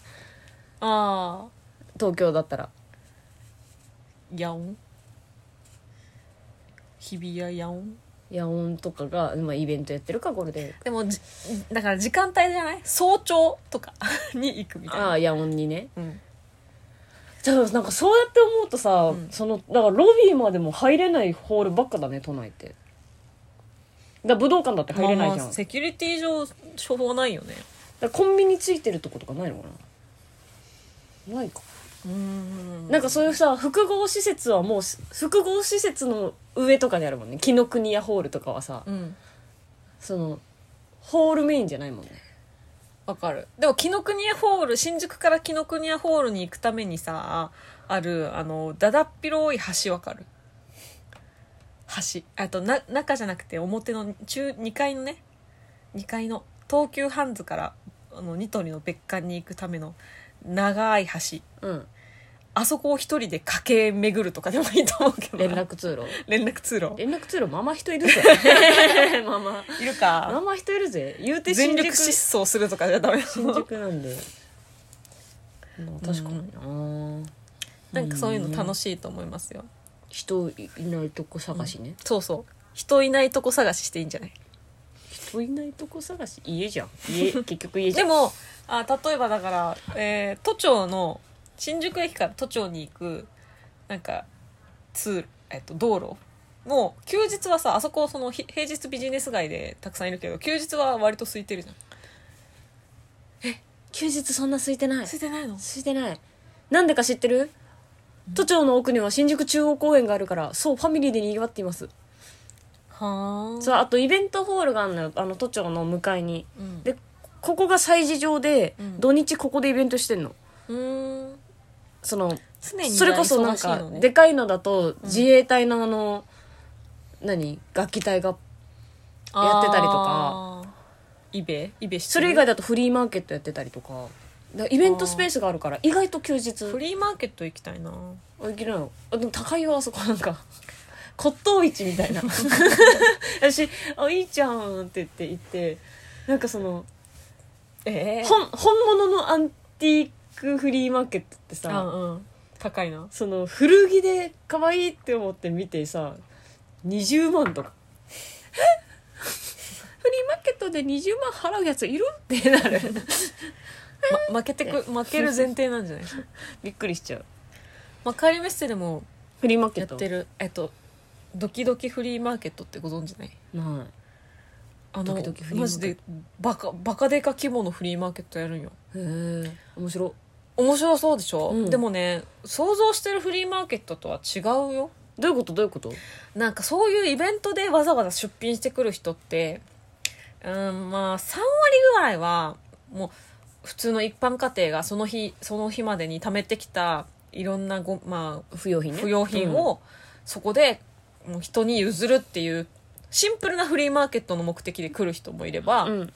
Speaker 2: ああ
Speaker 1: 東京だったら
Speaker 2: ヤオン日比谷ヤオン
Speaker 1: 野音とかが、まあ、イベントやってるかゴールデンウィーク
Speaker 2: でもじだから時間帯じゃない早朝とか に行くみたいな
Speaker 1: ああ野音にね
Speaker 2: うん
Speaker 1: じゃあなんかそうやって思うとさ、
Speaker 2: うん
Speaker 1: そのだからロビーまでも入れないホールばっかだね都内ってだから武道館だって入れないじゃん、
Speaker 2: まあまあセキュリティ上しょうがないよね
Speaker 1: だからコンビニついてるとことかないのかなないか
Speaker 2: うん
Speaker 1: なんかそういうさ複合施設はもうす複合施設の上とかにあるもんね紀ノ国屋ホールとかはさ
Speaker 2: うん
Speaker 1: そのホールメインじゃないもんね
Speaker 2: わかるでも紀ノ国屋ホール新宿から紀ノ国屋ホールに行くためにさあるあのだだっ広い橋わかる橋あとな中じゃなくて表の中2階のね2階の東急ハンズからあのニトリの別館に行くための長い橋
Speaker 1: うん
Speaker 2: あそこを一人で駆け巡るとかで もいいと思うけどな
Speaker 1: 連絡通路
Speaker 2: 連絡通路
Speaker 1: 連絡通路ママ人い るぜママ
Speaker 2: いるか
Speaker 1: ママ人いるぜ言うて
Speaker 2: 全
Speaker 1: 新
Speaker 2: 力
Speaker 1: 宿
Speaker 2: 疾走するとかじゃダメ
Speaker 1: 新宿なんで、まあ、確かにな、
Speaker 2: なんかそういうの楽
Speaker 1: しい
Speaker 2: しいと思いますよ
Speaker 1: 人いないとこ探しね、
Speaker 2: そうそう人いないとこ探ししていいんじゃない
Speaker 1: 人いないとこ探し家じゃん家結局家じ
Speaker 2: で
Speaker 1: ゃん
Speaker 2: もあ例えばだから、えー都庁の新宿駅から都庁に行くなんか通路、えっと、道路の休日はさあそこそのひ平日ビジネス街でたくさんいるけど休日は割と空いてるじゃん
Speaker 1: 休日そんな空いてない
Speaker 2: 空いてないの
Speaker 1: 空いてないなんでか知ってる都庁の奥には新宿中央公園があるからそうファミリーで賑わっています
Speaker 2: はあ
Speaker 1: そうあとイベントホールがあるのよあの都庁の向かいに
Speaker 2: うん
Speaker 1: でここが催事場で、
Speaker 2: うん
Speaker 1: 土日ここでイベントしてんの
Speaker 2: うーん
Speaker 1: その
Speaker 2: 常に
Speaker 1: それこそなん
Speaker 2: 忙しい
Speaker 1: か
Speaker 2: のね
Speaker 1: でかいのだと自衛隊のあの、何楽器隊がやってたりとか
Speaker 2: あーイベイベしてる
Speaker 1: それ以外だとフリーマーケットやってたりとかだからイベントスペースがあるから意外と休日
Speaker 2: フリーマーケット行きたいな
Speaker 1: あいけないよあでも高いよあそこなんか 骨董市みたい な私「あいいじゃん」って言って行ってなんかその
Speaker 2: ええ
Speaker 1: 本本物のアンティークフリーマーケットってさ、
Speaker 2: うんうん高いな
Speaker 1: その古着で可愛いって思って見てさ20万とか フリーマーケットで20万払うやついるってなる
Speaker 2: ま負けてく負ける前提なんじ ゃない
Speaker 1: びっくりしちゃう
Speaker 2: まかりメッセでも
Speaker 1: フリーマーケ
Speaker 2: や
Speaker 1: ッ
Speaker 2: っ
Speaker 1: ト
Speaker 2: てるえっとドキドキフリーマーケットってご存知ない
Speaker 1: な
Speaker 2: あの
Speaker 1: ドキドキフリーマ
Speaker 2: マ
Speaker 1: ーケッ
Speaker 2: ジ
Speaker 1: ト
Speaker 2: でバカバカデカ規模のフリーマーケットやるんよ
Speaker 1: いへえ面白い
Speaker 2: 面白そうでしょ、
Speaker 1: うん
Speaker 2: でもね想像してるフリーマーケットとは違うよ
Speaker 1: どういうことどういうこと
Speaker 2: なんかそういうイベントでわざわざ出品してくる人ってうんまあ3割ぐらいはもう普通の一般家庭がその日その日までに貯めてきたいろんなご、まあ、
Speaker 1: 不用品ね
Speaker 2: 不用品
Speaker 1: うん
Speaker 2: をそこでもう人に譲るっていうシンプルなフリーマーケットの目的で来る人もいれば、
Speaker 1: うん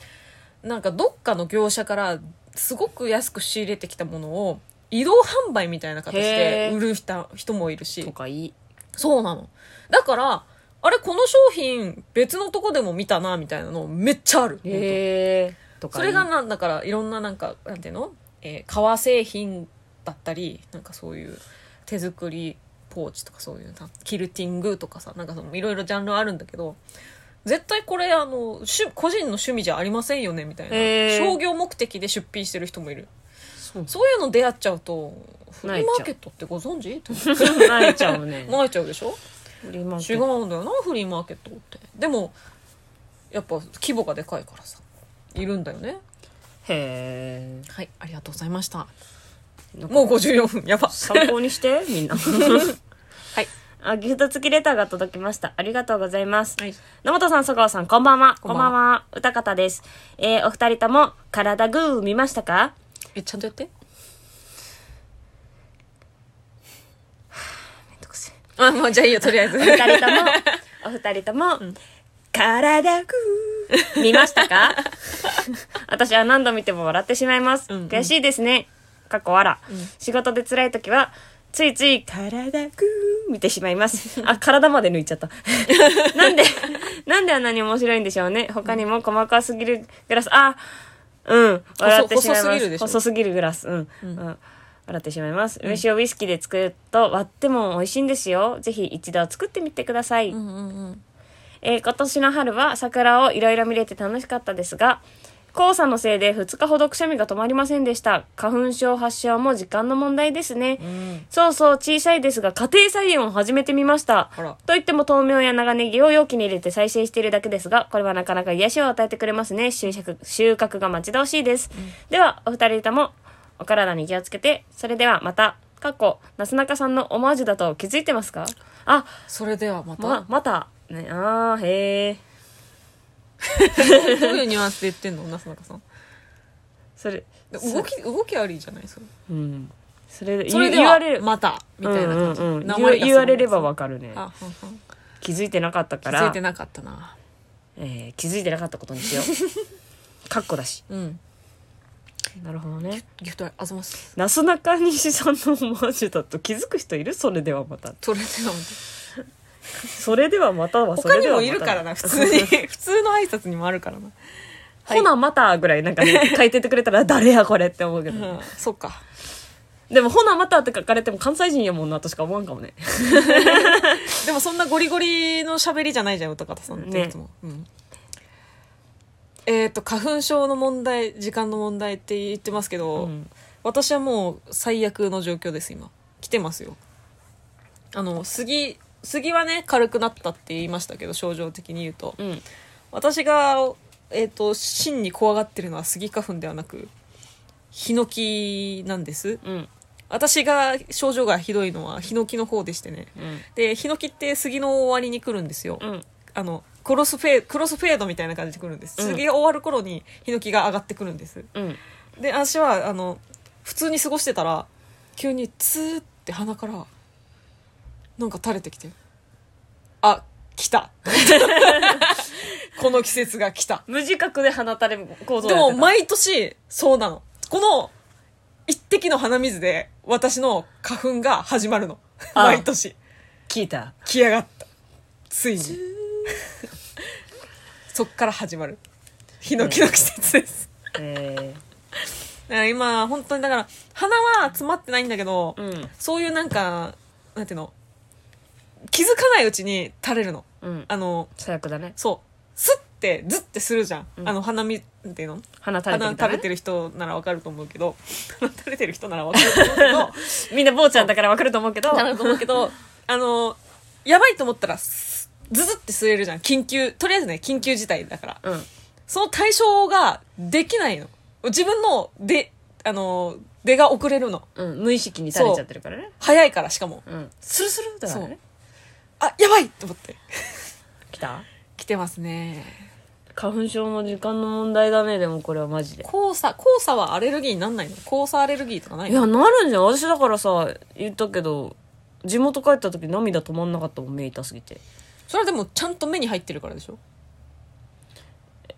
Speaker 2: なんかどっかの業者からすごく安く仕入れてきたものを移動販売みたいな形で
Speaker 1: へー
Speaker 2: 売る人人もいるし
Speaker 1: とかいい
Speaker 2: そうなの。だから、あれ、この商品、別のとこでも見たな、みたいなの、めっちゃある。
Speaker 1: へえと
Speaker 2: ほんと
Speaker 1: か
Speaker 2: それがなんだから、いろんななんか、なんていうのえー革製品だったり、なんかそういう、手作りポーチとかそういうな、キルティングとかさ、なんかその、いろいろジャンルあるんだけど、絶対これ、あの、趣個人の趣味じゃありませんよね、みたいな。
Speaker 1: へー
Speaker 2: 商業目的で出品してる人もいる。
Speaker 1: そう
Speaker 2: そういうの出会っちゃうと、フリ
Speaker 1: 泣
Speaker 2: ーマ
Speaker 1: いちゃう
Speaker 2: ーケットってご存知と
Speaker 1: なえちゃう ね
Speaker 2: 泣いちゃうでしょ
Speaker 1: フリーマーケ
Speaker 2: 違
Speaker 1: ット
Speaker 2: うんだよなフリーマーケットってでもやっぱ規模がでかいからさいるんだよね
Speaker 1: へ
Speaker 2: はいありがとうございました
Speaker 1: え
Speaker 2: もう54分やば
Speaker 1: 参考にしてみんな
Speaker 2: はい
Speaker 1: あ、ギフト付きレターが届きました。ありがとうございます。
Speaker 2: はい
Speaker 1: 野本さん、佐川さん、こんばんは。
Speaker 2: こ
Speaker 1: こ
Speaker 2: ん
Speaker 1: ん
Speaker 2: ば
Speaker 1: ば
Speaker 2: ん
Speaker 1: ん
Speaker 2: は
Speaker 1: は。歌方です。えーお二人とも、体グー見ましたか
Speaker 2: えちゃんとやって
Speaker 1: めんどくせえ
Speaker 2: あもうじゃあいいよとりあえず
Speaker 1: お二人とも、お二人とも、体グー見まし たか私は何度見ても笑ってしまいます。
Speaker 2: うんうん
Speaker 1: 悔しいですね。過去あら、仕事で辛い時は、ついつい体グー見てしま います。あ、体まで抜いちゃった。 なんで、なんであんなに面白いんでしょうね。他にも細かすぎるグラス、あ、うん、笑ってしま
Speaker 2: 細
Speaker 1: います。
Speaker 2: すぎるでしょ
Speaker 1: 細すぎるグラス、うん。うん笑ってしまいます。梅酒をウイスキーで作ると割っても美味しいんですよ。ぜひ一度作ってみてください。
Speaker 2: うんうんうん
Speaker 1: えー今年の春は桜をいろいろ見れて楽しかったですが黄砂のせいで2日ほどくしゃみが止まりませんでした花粉症発症も時間の問題ですね、
Speaker 2: ん
Speaker 1: そうそう小さいですが家庭菜園を始めてみました
Speaker 2: あら
Speaker 1: といっても豆苗や長ネギを容器に入れて再生しているだけですがこれはなかなか癒しを与えてくれますね収穫収穫が待ち遠しいです、ではお二人ともお体に気をつけてそれではまた過去なすなかさんのオマージュだと気づいてますかあ
Speaker 2: それではまた、
Speaker 1: ま、また、ね、あー、へえ。
Speaker 2: どういうニュアンスで言ってんのなすなかさん
Speaker 1: それ、
Speaker 2: 動き動きありじゃないそれ
Speaker 1: うん。それで、
Speaker 2: それで
Speaker 1: 言わ
Speaker 2: は
Speaker 1: れる。
Speaker 2: またみたいな感じ、
Speaker 1: うんうんう
Speaker 2: 名
Speaker 1: ん言わ
Speaker 2: 前が
Speaker 1: 言われれば
Speaker 2: わ
Speaker 1: わかるね。
Speaker 2: あはんはん
Speaker 1: 気づいてなかった
Speaker 2: 気
Speaker 1: から、
Speaker 2: づいてなかったな
Speaker 1: えー気づいてなかったことにしよ う。かっこだし。
Speaker 2: うん
Speaker 1: なるほどね。
Speaker 2: ギフトあずます
Speaker 1: なすなかにしさんのオマージュだと気づく人いるそれではまた。
Speaker 2: それではまた
Speaker 1: それではまたはそ
Speaker 2: 他
Speaker 1: れ
Speaker 2: に
Speaker 1: ではま
Speaker 2: も
Speaker 1: た。
Speaker 2: いるからな普通に 普通の挨拶にもあるからな、
Speaker 1: ほなまたぐらいなんかね、書いててくれたら誰やこれって思うけ
Speaker 2: う
Speaker 1: ど。
Speaker 2: ん、そっか
Speaker 1: でもほなまたって書かれても関西人やもんなとしか思わんかもね。
Speaker 2: でもそんなゴリゴリの喋りじゃないじゃん歌方さんっていつも、うんえっ、と花粉症の問題時間の問題って言ってますけど、
Speaker 1: うん
Speaker 2: 私はもう最悪の状況です今来てますよあの杉杉はね軽くなったって言いましたけど症状的に言うと
Speaker 1: うん。
Speaker 2: 私が、えー、と真に怖がってるのは杉花粉ではなくヒノキなんです
Speaker 1: うん。
Speaker 2: 私が症状がひどいのはヒノキの方でしてね
Speaker 1: うん。
Speaker 2: でヒノキって杉の終わりに来るんですよ、
Speaker 1: うん。
Speaker 2: あのクロスフェークロスフェードみたいな感じで来るんです、
Speaker 1: うん
Speaker 2: 杉が終わる頃にヒノキが上がってくるんです
Speaker 1: うん。
Speaker 2: で私はあの普通に過ごしてたら急にツーって鼻からなんか垂れてきてあ来た この季節が来た
Speaker 1: 無自覚で放たれ構造
Speaker 2: で
Speaker 1: やっ
Speaker 2: も
Speaker 1: てた
Speaker 2: 毎年そうなのこの一滴の鼻水で私の花粉が始まるの
Speaker 1: あ
Speaker 2: 毎年
Speaker 1: 聞いた
Speaker 2: 来やがったついに そっから始まるヒノキの季節です
Speaker 1: え
Speaker 2: だから今本当にだから鼻は詰まってないんだけど、
Speaker 1: ー、うん
Speaker 2: そういうなんかなんていうの気づかないうちに垂れるの
Speaker 1: うん
Speaker 2: あの
Speaker 1: 最悪だね
Speaker 2: そうスッてズッてするじゃん、
Speaker 1: うん
Speaker 2: あの鼻みなんていうの
Speaker 1: 鼻垂れて
Speaker 2: 鼻
Speaker 1: きた
Speaker 2: 垂
Speaker 1: ね
Speaker 2: れてる人ならわかると思うけど 鼻垂れてる人ならわかると思うけど
Speaker 1: みんな坊ちゃんだからわかると思うけど
Speaker 2: なると思うけど、あの、やばいと思ったら、スズズって吸えるじゃん。緊急、とりあえずね、緊急事態だから。
Speaker 1: うん
Speaker 2: その対象ができないの。自分の出、あの、出が遅れるの。
Speaker 1: うん無意識に垂れちゃってるからね
Speaker 2: 早いから、しかも。
Speaker 1: うんスルスルだからね
Speaker 2: あ、やばいと思って。
Speaker 1: 来た
Speaker 2: 来てますね。
Speaker 1: 花粉症の時間の問題だねでもこれはマジで
Speaker 2: 黄砂、黄砂はアレルギーになんないの黄砂アレルギーとかない
Speaker 1: い
Speaker 2: の
Speaker 1: やなるんじゃん私だからさ言ったけど地元帰った時涙止まんなかったもん目痛すぎて
Speaker 2: それはでもちゃんと目に入ってるからでしょ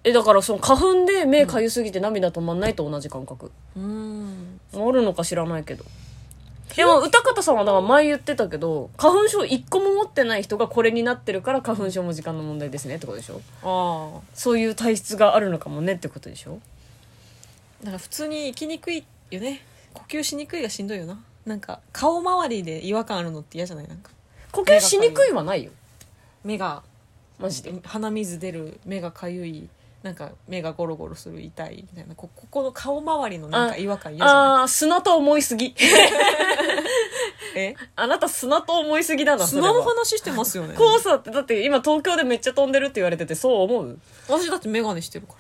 Speaker 1: えだからその花粉で目かゆすぎて涙止まんないと同じ感覚、
Speaker 2: うーん。
Speaker 1: あるのか知らないけどでも歌方さんはだから前言ってたけど花粉症一個も持ってない人がこれになってるから花粉症も時間の問題ですねってことでしょ
Speaker 2: ああ。
Speaker 1: そういう体質があるのかもねってことでしょ
Speaker 2: だから普通に生きにくいよね呼吸しにくいがしんどいよななんか顔周りで違和感あるのって嫌じゃないなんか
Speaker 1: 呼吸しにくいはないよ
Speaker 2: 目が
Speaker 1: マジで
Speaker 2: 鼻水出る目がかゆいなんか目がゴロゴロする痛いみたいなこここの顔周りのなんか違和感嫌じゃない
Speaker 1: ああー砂と思いすぎ
Speaker 2: え
Speaker 1: あなた砂と思いすぎだなそれ
Speaker 2: 砂の
Speaker 1: は
Speaker 2: 話してますよね
Speaker 1: 黄砂ってだって今東京でめっちゃ飛んでるって言われててそう思う
Speaker 2: 私だって眼鏡してるから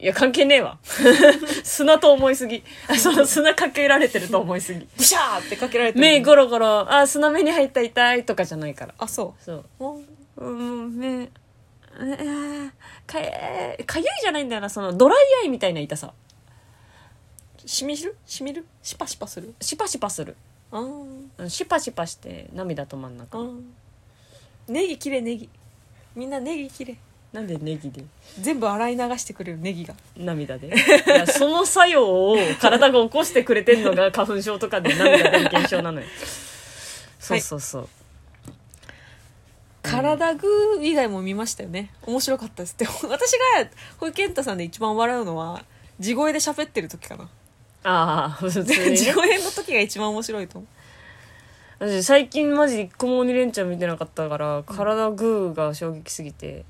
Speaker 1: いや関係ねえわ 砂と思いすぎあその砂かけられてると思いすぎ
Speaker 2: ブシャーってかけられてる
Speaker 1: 目ゴロゴロあ砂目に入った痛いとかじゃないから
Speaker 2: あそ
Speaker 1: そう
Speaker 2: うお
Speaker 1: うん目うんかゆかゆいじゃないんだよなそのドライアイみたいな痛さ
Speaker 2: しみるしみるシパシパする
Speaker 1: シパシパする
Speaker 2: あー
Speaker 1: うんシパシパして涙止まんな
Speaker 2: あ
Speaker 1: く
Speaker 2: ーネギきれいネギみんなネギきれい
Speaker 1: なんでネギで
Speaker 2: 全部洗い流してくれるネギが
Speaker 1: 涙でいやその作用を体が起こしてくれてん のが花粉症とかで涙出る現象なのよそうそうそう、
Speaker 2: 体グー以外も見ましたよね面白かったですでも私が保健太さんで一番笑うのは地声で喋ってる時かな
Speaker 1: ああ普通にね、
Speaker 2: 地声の時が一番面白いと思う
Speaker 1: 私最近マジで一個も鬼レンチャン見てなかったから体グーが衝撃すぎて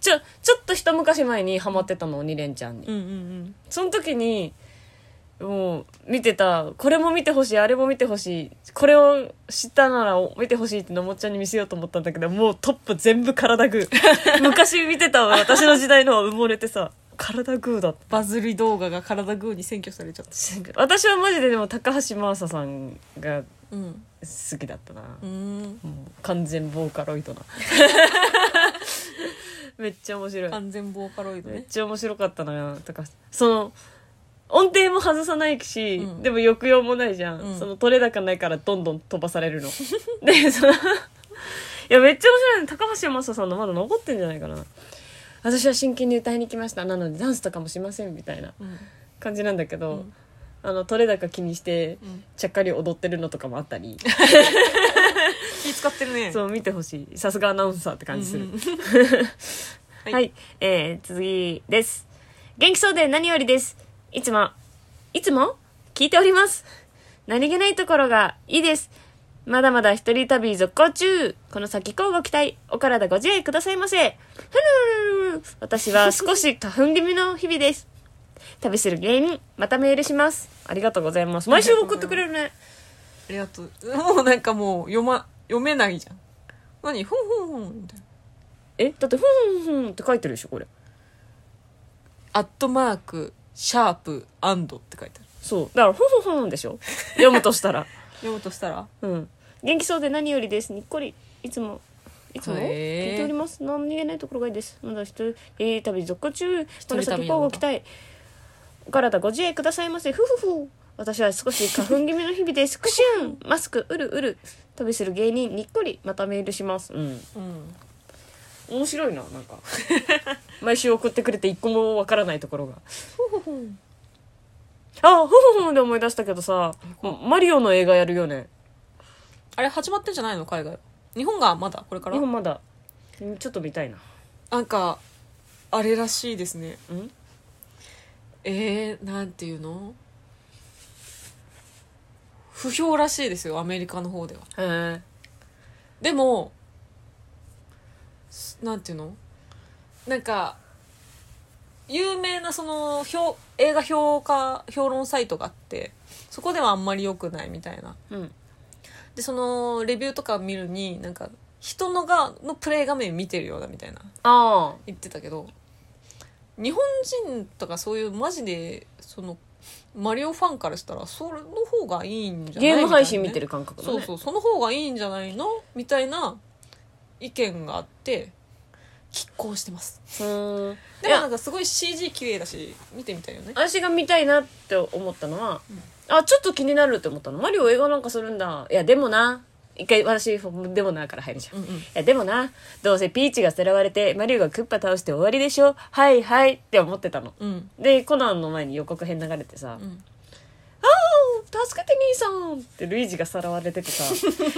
Speaker 1: ちょちょっと一昔前にハマってたの鬼レンチャンに、
Speaker 2: うんうんうん
Speaker 1: その時にもう見てたこれも見てほしいあれも見てほしいこれを知ったなら見てほしいってのもっちゃんに見せようと思ったんだけどもうトップ全部体グ ー昔見てた私の時代のは埋もれてさ体グーだった
Speaker 2: バズり動画が体グーに占拠されちゃった
Speaker 1: 私はマジででも高橋真麻さんが
Speaker 2: うん
Speaker 1: 好きだったな、
Speaker 2: うん
Speaker 1: もう完全ボーカロ イドなめっちゃ面白い
Speaker 2: 完全ボーカロイド
Speaker 1: めっ
Speaker 2: ね
Speaker 1: ちゃ面白かったなとかその音程も外さないし、
Speaker 2: うん
Speaker 1: でも抑揚もないじゃん、
Speaker 2: うん
Speaker 1: その取れ高ないからどんどん飛ばさ れるのでそのい やめっちゃ面白い高橋真麻さんのまだ残ってんじゃないかな私は真剣に歌いに来ましたなのでダンスとかもしませんみたいな
Speaker 2: うん
Speaker 1: 感じなんだけど、
Speaker 2: うん
Speaker 1: あの取れ高気にして
Speaker 2: うん
Speaker 1: ちゃっかり踊ってるのとかもあったり
Speaker 2: 気使ってるね
Speaker 1: そう見てほしいさすがアナウンサーって感じする、
Speaker 2: うんうんはい
Speaker 1: はい、えー、次です。元気そうで何よりです。いつも、いつも聞いております。何気ないところがいいです。まだまだ一人旅続行中。この先交互期待。お体ご自愛くださいませ。ふるるるる私は少し花粉気味の日々です。旅する原因、またメールします。ありがとうございます。毎週送ってくれるね。
Speaker 2: ありがとうもうなんかもう読ま読めないじゃん何ふんふんふんみたいな
Speaker 1: えだって、ふんふんふんって書いてるでしょ、これ。
Speaker 2: アットマークシャープアンドって書いてある
Speaker 1: そう。だから、ふんふんふんでしょ。読むとしたら。
Speaker 2: 読むとしたら
Speaker 1: うん、元気そうで何よりですにっこりいつもいつも
Speaker 2: へー
Speaker 1: 聞いております何気ないところがいいですまだ一人えー旅続行中
Speaker 2: 人
Speaker 1: ま
Speaker 2: 旅な
Speaker 1: だ
Speaker 2: んだ
Speaker 1: 先交互期待お体ご自愛くださいませふふふ私は少し花粉気味の日々 ですクシュンマスクうるうる旅する芸人にっこりまたメールしますうん
Speaker 2: うん
Speaker 1: 面白いななんか 毎週送ってくれて一個もわからないところが
Speaker 2: ふんふん
Speaker 1: あふふふで思い出したけどさマリオの映画やるよね
Speaker 2: あれ始まってんじゃないの海外日本がまだこれから
Speaker 1: 日本まだうんちょっと見たいな
Speaker 2: なんかあれらしいですね
Speaker 1: うん
Speaker 2: えー、なんていうの不評らしいですよアメリカの方では
Speaker 1: へえ
Speaker 2: でもすなんていうのなんか有名なその評映画評価評論サイトがあってそこではあんまり良くないみたいな
Speaker 1: うん
Speaker 2: でそのレビューとか見るになんか人のがのプレイ画面見てるようだみたいな
Speaker 1: あ
Speaker 2: 言ってたけど日本人とかそういうマジでそのマリオファンからしたらそれの方がいいんじ
Speaker 1: あ
Speaker 2: ゃない
Speaker 1: ゲーム配信
Speaker 2: み
Speaker 1: 見
Speaker 2: た
Speaker 1: て
Speaker 2: いなね
Speaker 1: る感覚だね
Speaker 2: そうそうその方がいいんじゃないのみたいな意見があって拮抗してます
Speaker 1: うん
Speaker 2: で
Speaker 1: い
Speaker 2: もな
Speaker 1: や
Speaker 2: んかすごい CG 綺麗だし見てみたいよね
Speaker 1: 私が見たいなって思ったのは、あちょっと気になるって思ったのマリオ映画なんかするんだいやでもな一回私「でもな」から入るじゃん、
Speaker 2: うんう
Speaker 1: い
Speaker 2: ん
Speaker 1: やでもなどうせピーチがさらわれてマリオがクッパ倒して終わりでしょはいはいって思ってたの
Speaker 2: うん
Speaker 1: でコナンの前に予告編流れてさ「
Speaker 2: うん
Speaker 1: 助けて兄さん!」ってルイージがさらわれててさ「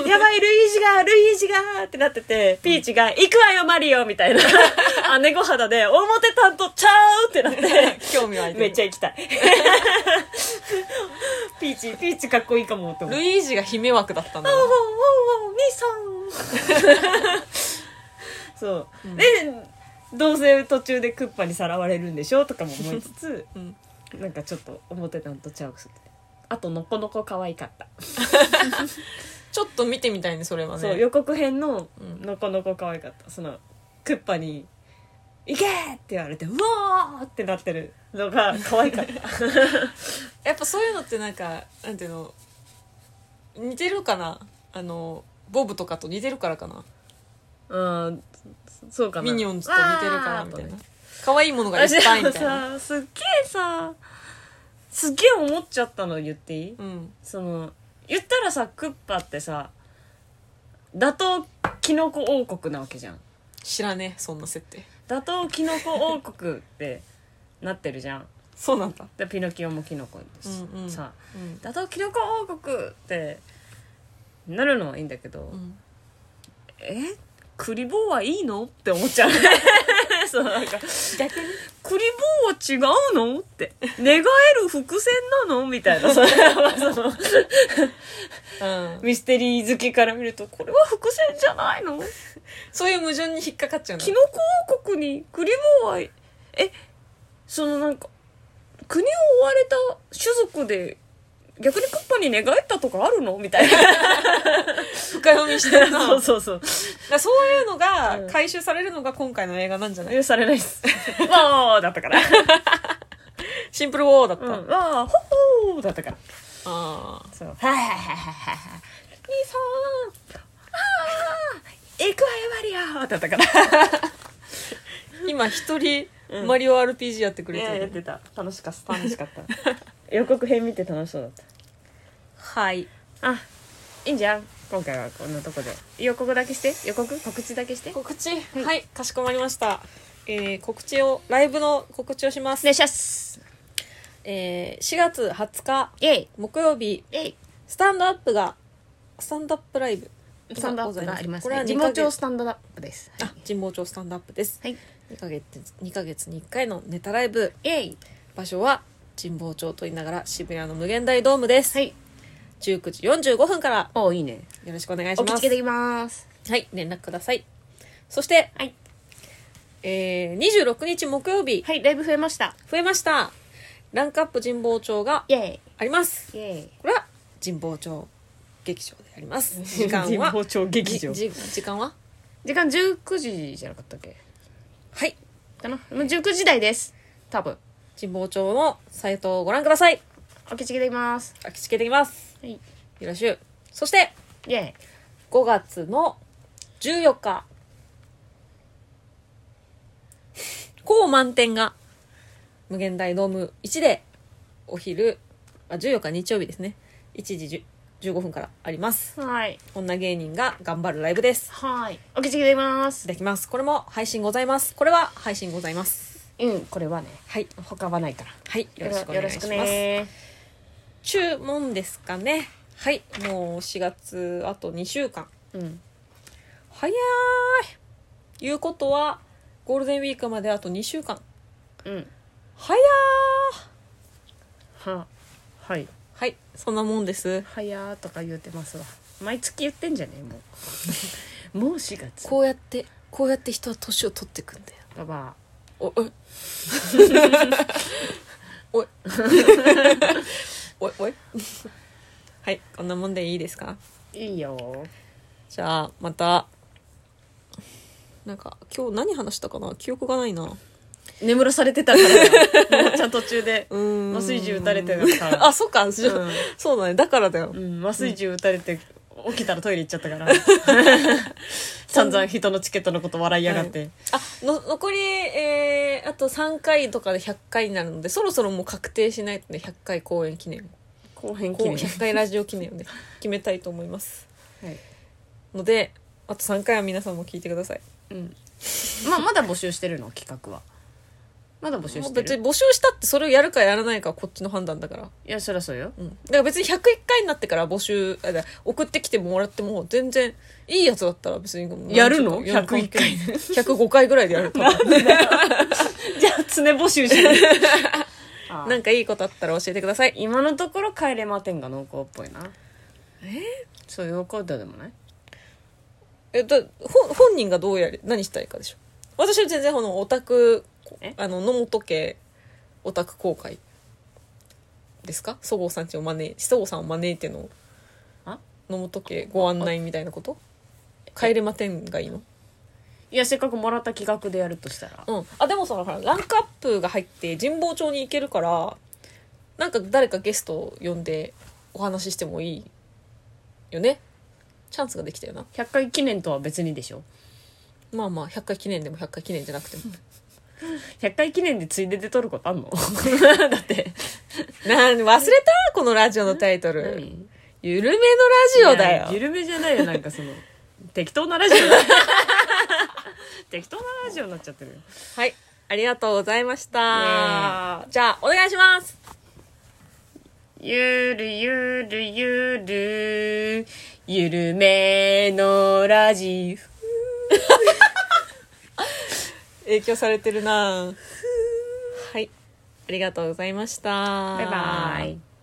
Speaker 1: やばいルイージがルイージが!」ってなっててピーチが「行くわよマリオ!」みたいな姉御肌で「表担当ちゃう!」ってなって
Speaker 2: 興味湧いてる
Speaker 1: めっちゃ行きたいピーチピーチかっこいいかもって思う
Speaker 2: ルイージが姫枠だったんだ
Speaker 1: おうお
Speaker 2: な
Speaker 1: うおう兄さんそう、でどうせ途中でクッパにさらわれるんでしょとかも思いつつ
Speaker 2: うん
Speaker 1: なんかちょっと表担当ちゃうくすってあとのこのこ可愛かった
Speaker 2: ちょっと見てみたいねそれはね
Speaker 1: そう予告編の
Speaker 2: うん
Speaker 1: のこのこ可愛かったそのクッパに「行け!」って言われて「うわー!」ってなってるのが可愛かった
Speaker 2: やっぱそういうのってなんかなんていうの似てるかなあのボブとかと似てるからかな
Speaker 1: うんそうかな
Speaker 2: ミニオンズと似てるからみたいな可愛いものがいっ
Speaker 1: 私
Speaker 2: ぱい
Speaker 1: で
Speaker 2: み
Speaker 1: も
Speaker 2: たいな
Speaker 1: さすっげえさすっげえ思っちゃったの言っていい、
Speaker 2: うん
Speaker 1: その言ったらさクッパってさ打倒キノコ王国なわけじゃん
Speaker 2: 知らねえそんな設定
Speaker 1: 打倒キノコ王国ってなってるじゃん
Speaker 2: そうなんだ
Speaker 1: でピノキオもキノコです、
Speaker 2: うんうん
Speaker 1: さ
Speaker 2: うん
Speaker 1: 打倒キノコ王国ってなるのはいいんだけど、
Speaker 2: うん
Speaker 1: えクリボーはいいのって思っちゃう そうなんか
Speaker 2: 逆に
Speaker 1: クリボーは違うのって寝返る伏線なのみたい なさその
Speaker 2: うん
Speaker 1: ミステリー好きから見るとこれは伏線じゃないの
Speaker 2: そういう矛盾に引っかかっちゃうの
Speaker 1: キノコ王国にクリボーはえそのなんか国を追われた種族で逆にクッパに寝返ったとかあるのみたいな
Speaker 2: 深読みしてるな
Speaker 1: そうそうそう
Speaker 2: だからそういうの
Speaker 1: うん
Speaker 2: が回収されるのが今回の映画なんじゃない
Speaker 1: 許されないです わーだったから
Speaker 2: シンプルウォーだった、
Speaker 1: うん
Speaker 2: あ
Speaker 1: わーほほーだったから
Speaker 2: あ
Speaker 1: そうはいはいはいはいはい兄さんあー行くわよマリオだったから
Speaker 2: 今一人
Speaker 1: うん
Speaker 2: マリオ RPG やってくれてる、
Speaker 1: た楽しかった楽しかった 予告編見て楽しそうだった
Speaker 2: はい
Speaker 1: あいいんじゃん今回はこんなとこで予告だけして予告告知だけして
Speaker 2: 告知はい、かしこまりました、えー、告知をライブの告知をします、
Speaker 1: お願いします
Speaker 2: えー、4月20日
Speaker 1: イェイ
Speaker 2: 木曜日
Speaker 1: イェイ
Speaker 2: スタンドアップがスタンドアップライブ
Speaker 1: スタンドアップがあります
Speaker 2: これは
Speaker 1: ね
Speaker 2: 二
Speaker 1: 地
Speaker 2: ヶ
Speaker 1: 元
Speaker 2: 月
Speaker 1: 町スタンドアップですはい
Speaker 2: あ神保町スタンドアップです
Speaker 1: はい
Speaker 2: 2ヶ月2ヶ月に1回のネタライブ
Speaker 1: イェイ
Speaker 2: 場所は神保町と言いながら渋谷の無限大ドームです、
Speaker 1: はい
Speaker 2: 19時45分から
Speaker 1: おいいね
Speaker 2: よろしくお願いし
Speaker 1: お気
Speaker 2: ま
Speaker 1: 付
Speaker 2: す
Speaker 1: けできます
Speaker 2: はい連絡くださいそして、
Speaker 1: はい
Speaker 2: えー、26日木曜日
Speaker 1: はいライブ増えました
Speaker 2: 増えましたランクアップ神保町が
Speaker 1: イェイ
Speaker 2: あります
Speaker 1: イェイ
Speaker 2: これは神保町劇場であります時間
Speaker 1: 神
Speaker 2: は
Speaker 1: 保町劇場
Speaker 2: じじ時間は
Speaker 1: 時間19時じゃなかったっけ
Speaker 2: はい
Speaker 1: かなもう19時台です多分
Speaker 2: 神保町のサイトをご覧ください
Speaker 1: お気付けできます
Speaker 2: 開きつけてきます
Speaker 1: はい
Speaker 2: よろしゅうそして
Speaker 1: イェイ
Speaker 2: 5月の14日高満点が無限大ドーム1でお昼あ14日日曜日ですね1時10 15分からあります
Speaker 1: はい
Speaker 2: 女芸人が頑張るライブです
Speaker 1: はいお気付けできます
Speaker 2: できますこれも配信ございますこれは配信ございます
Speaker 1: うんこれはね
Speaker 2: はい
Speaker 1: 他はないから
Speaker 2: はいよろしくお願
Speaker 1: よろ
Speaker 2: いし
Speaker 1: し
Speaker 2: ます、
Speaker 1: くね
Speaker 2: 注文ですかねはいもう4月あと2週間
Speaker 1: うん
Speaker 2: 早いいうことはゴールデンウィークまであと2週間
Speaker 1: うん
Speaker 2: 早ー
Speaker 1: ははい
Speaker 2: はいそんなもんです
Speaker 1: はやーとか言うてますわ毎月言ってんじゃねえもう もう4月
Speaker 2: こうやってこうやって人は年を取ってくんだよ
Speaker 1: ババ
Speaker 2: お おいおい おいおいはいこんなもんでいいですか
Speaker 1: アいいよ
Speaker 2: じゃあまたなんか今日何話したかな記憶がないな
Speaker 1: 眠らされてたからなもうちゃん途中で
Speaker 2: うーん
Speaker 1: 麻酔銃撃たれてるか ら
Speaker 2: あそっか、そう
Speaker 1: うん
Speaker 2: そうだねだからだよ、
Speaker 1: うん、麻酔銃撃たれて起きたらトイレ行っちゃったから 散々人のチケットのこと笑いやがって、
Speaker 2: あの残り、えーあと3回とかで100回になるのでそろそろもう確定しないとね100回公演記念
Speaker 1: 後編
Speaker 2: 公
Speaker 1: 記
Speaker 2: 演
Speaker 1: 念、
Speaker 2: 100回ラジオ記念を ね決めたいと思います
Speaker 1: はい
Speaker 2: のであと3回は皆さんも聞いてください
Speaker 1: うん、まあまだ募集してるの企画はまだ募集
Speaker 2: もう
Speaker 1: して
Speaker 2: 別
Speaker 1: る
Speaker 2: に募集したってそれをやるかやらないかはこっちの判断だから、
Speaker 1: いやそりゃそうよ
Speaker 2: うん、だから別に101回になってから募集あだ送ってきてもらっても全然いいやつだったら別にもう
Speaker 1: やるの
Speaker 2: やる
Speaker 1: 101回
Speaker 2: 105回ぐらいでやるから
Speaker 1: じゃあ常募集しない あー
Speaker 2: なんかいいことあったら教えてください
Speaker 1: 今のところ帰れまてんが濃厚っぽいなえそういうことでもない
Speaker 2: えだ本本人がどうやり何したいかでしょ私は全然このオタク
Speaker 1: え
Speaker 2: あの野本家オタク公開ですかそごうさんちを招いそごうさんを招いての
Speaker 1: あ
Speaker 2: 野本家ご案内みたいなこと帰れまてんがいいの
Speaker 1: いやせっかくもらった企画でやるとしたら
Speaker 2: うん、あでもそのほらランクアップが入って神保町に行けるからなんか誰かゲストを呼んでお話ししてもいいよねチャンスができたよな
Speaker 1: 100回記念とは別にでしょ
Speaker 2: まあまあ100回記念でも100回記念じゃなく ても
Speaker 1: 100回記念でついでで撮ることあんの だって
Speaker 2: なん忘れたこのラジオのタイトル
Speaker 1: 何
Speaker 2: 「ゆるめのラジオ」だ
Speaker 1: いやゆ
Speaker 2: よ
Speaker 1: るめじゃないよなんかその 適当なラジオ 適当なラジオになっちゃってるよ
Speaker 2: はいありがとうございましたじゃあお願いします
Speaker 1: ゆるゆるゆるゆるめのラジ
Speaker 2: 影響されてるなはいありがとうございました
Speaker 1: オバイバイ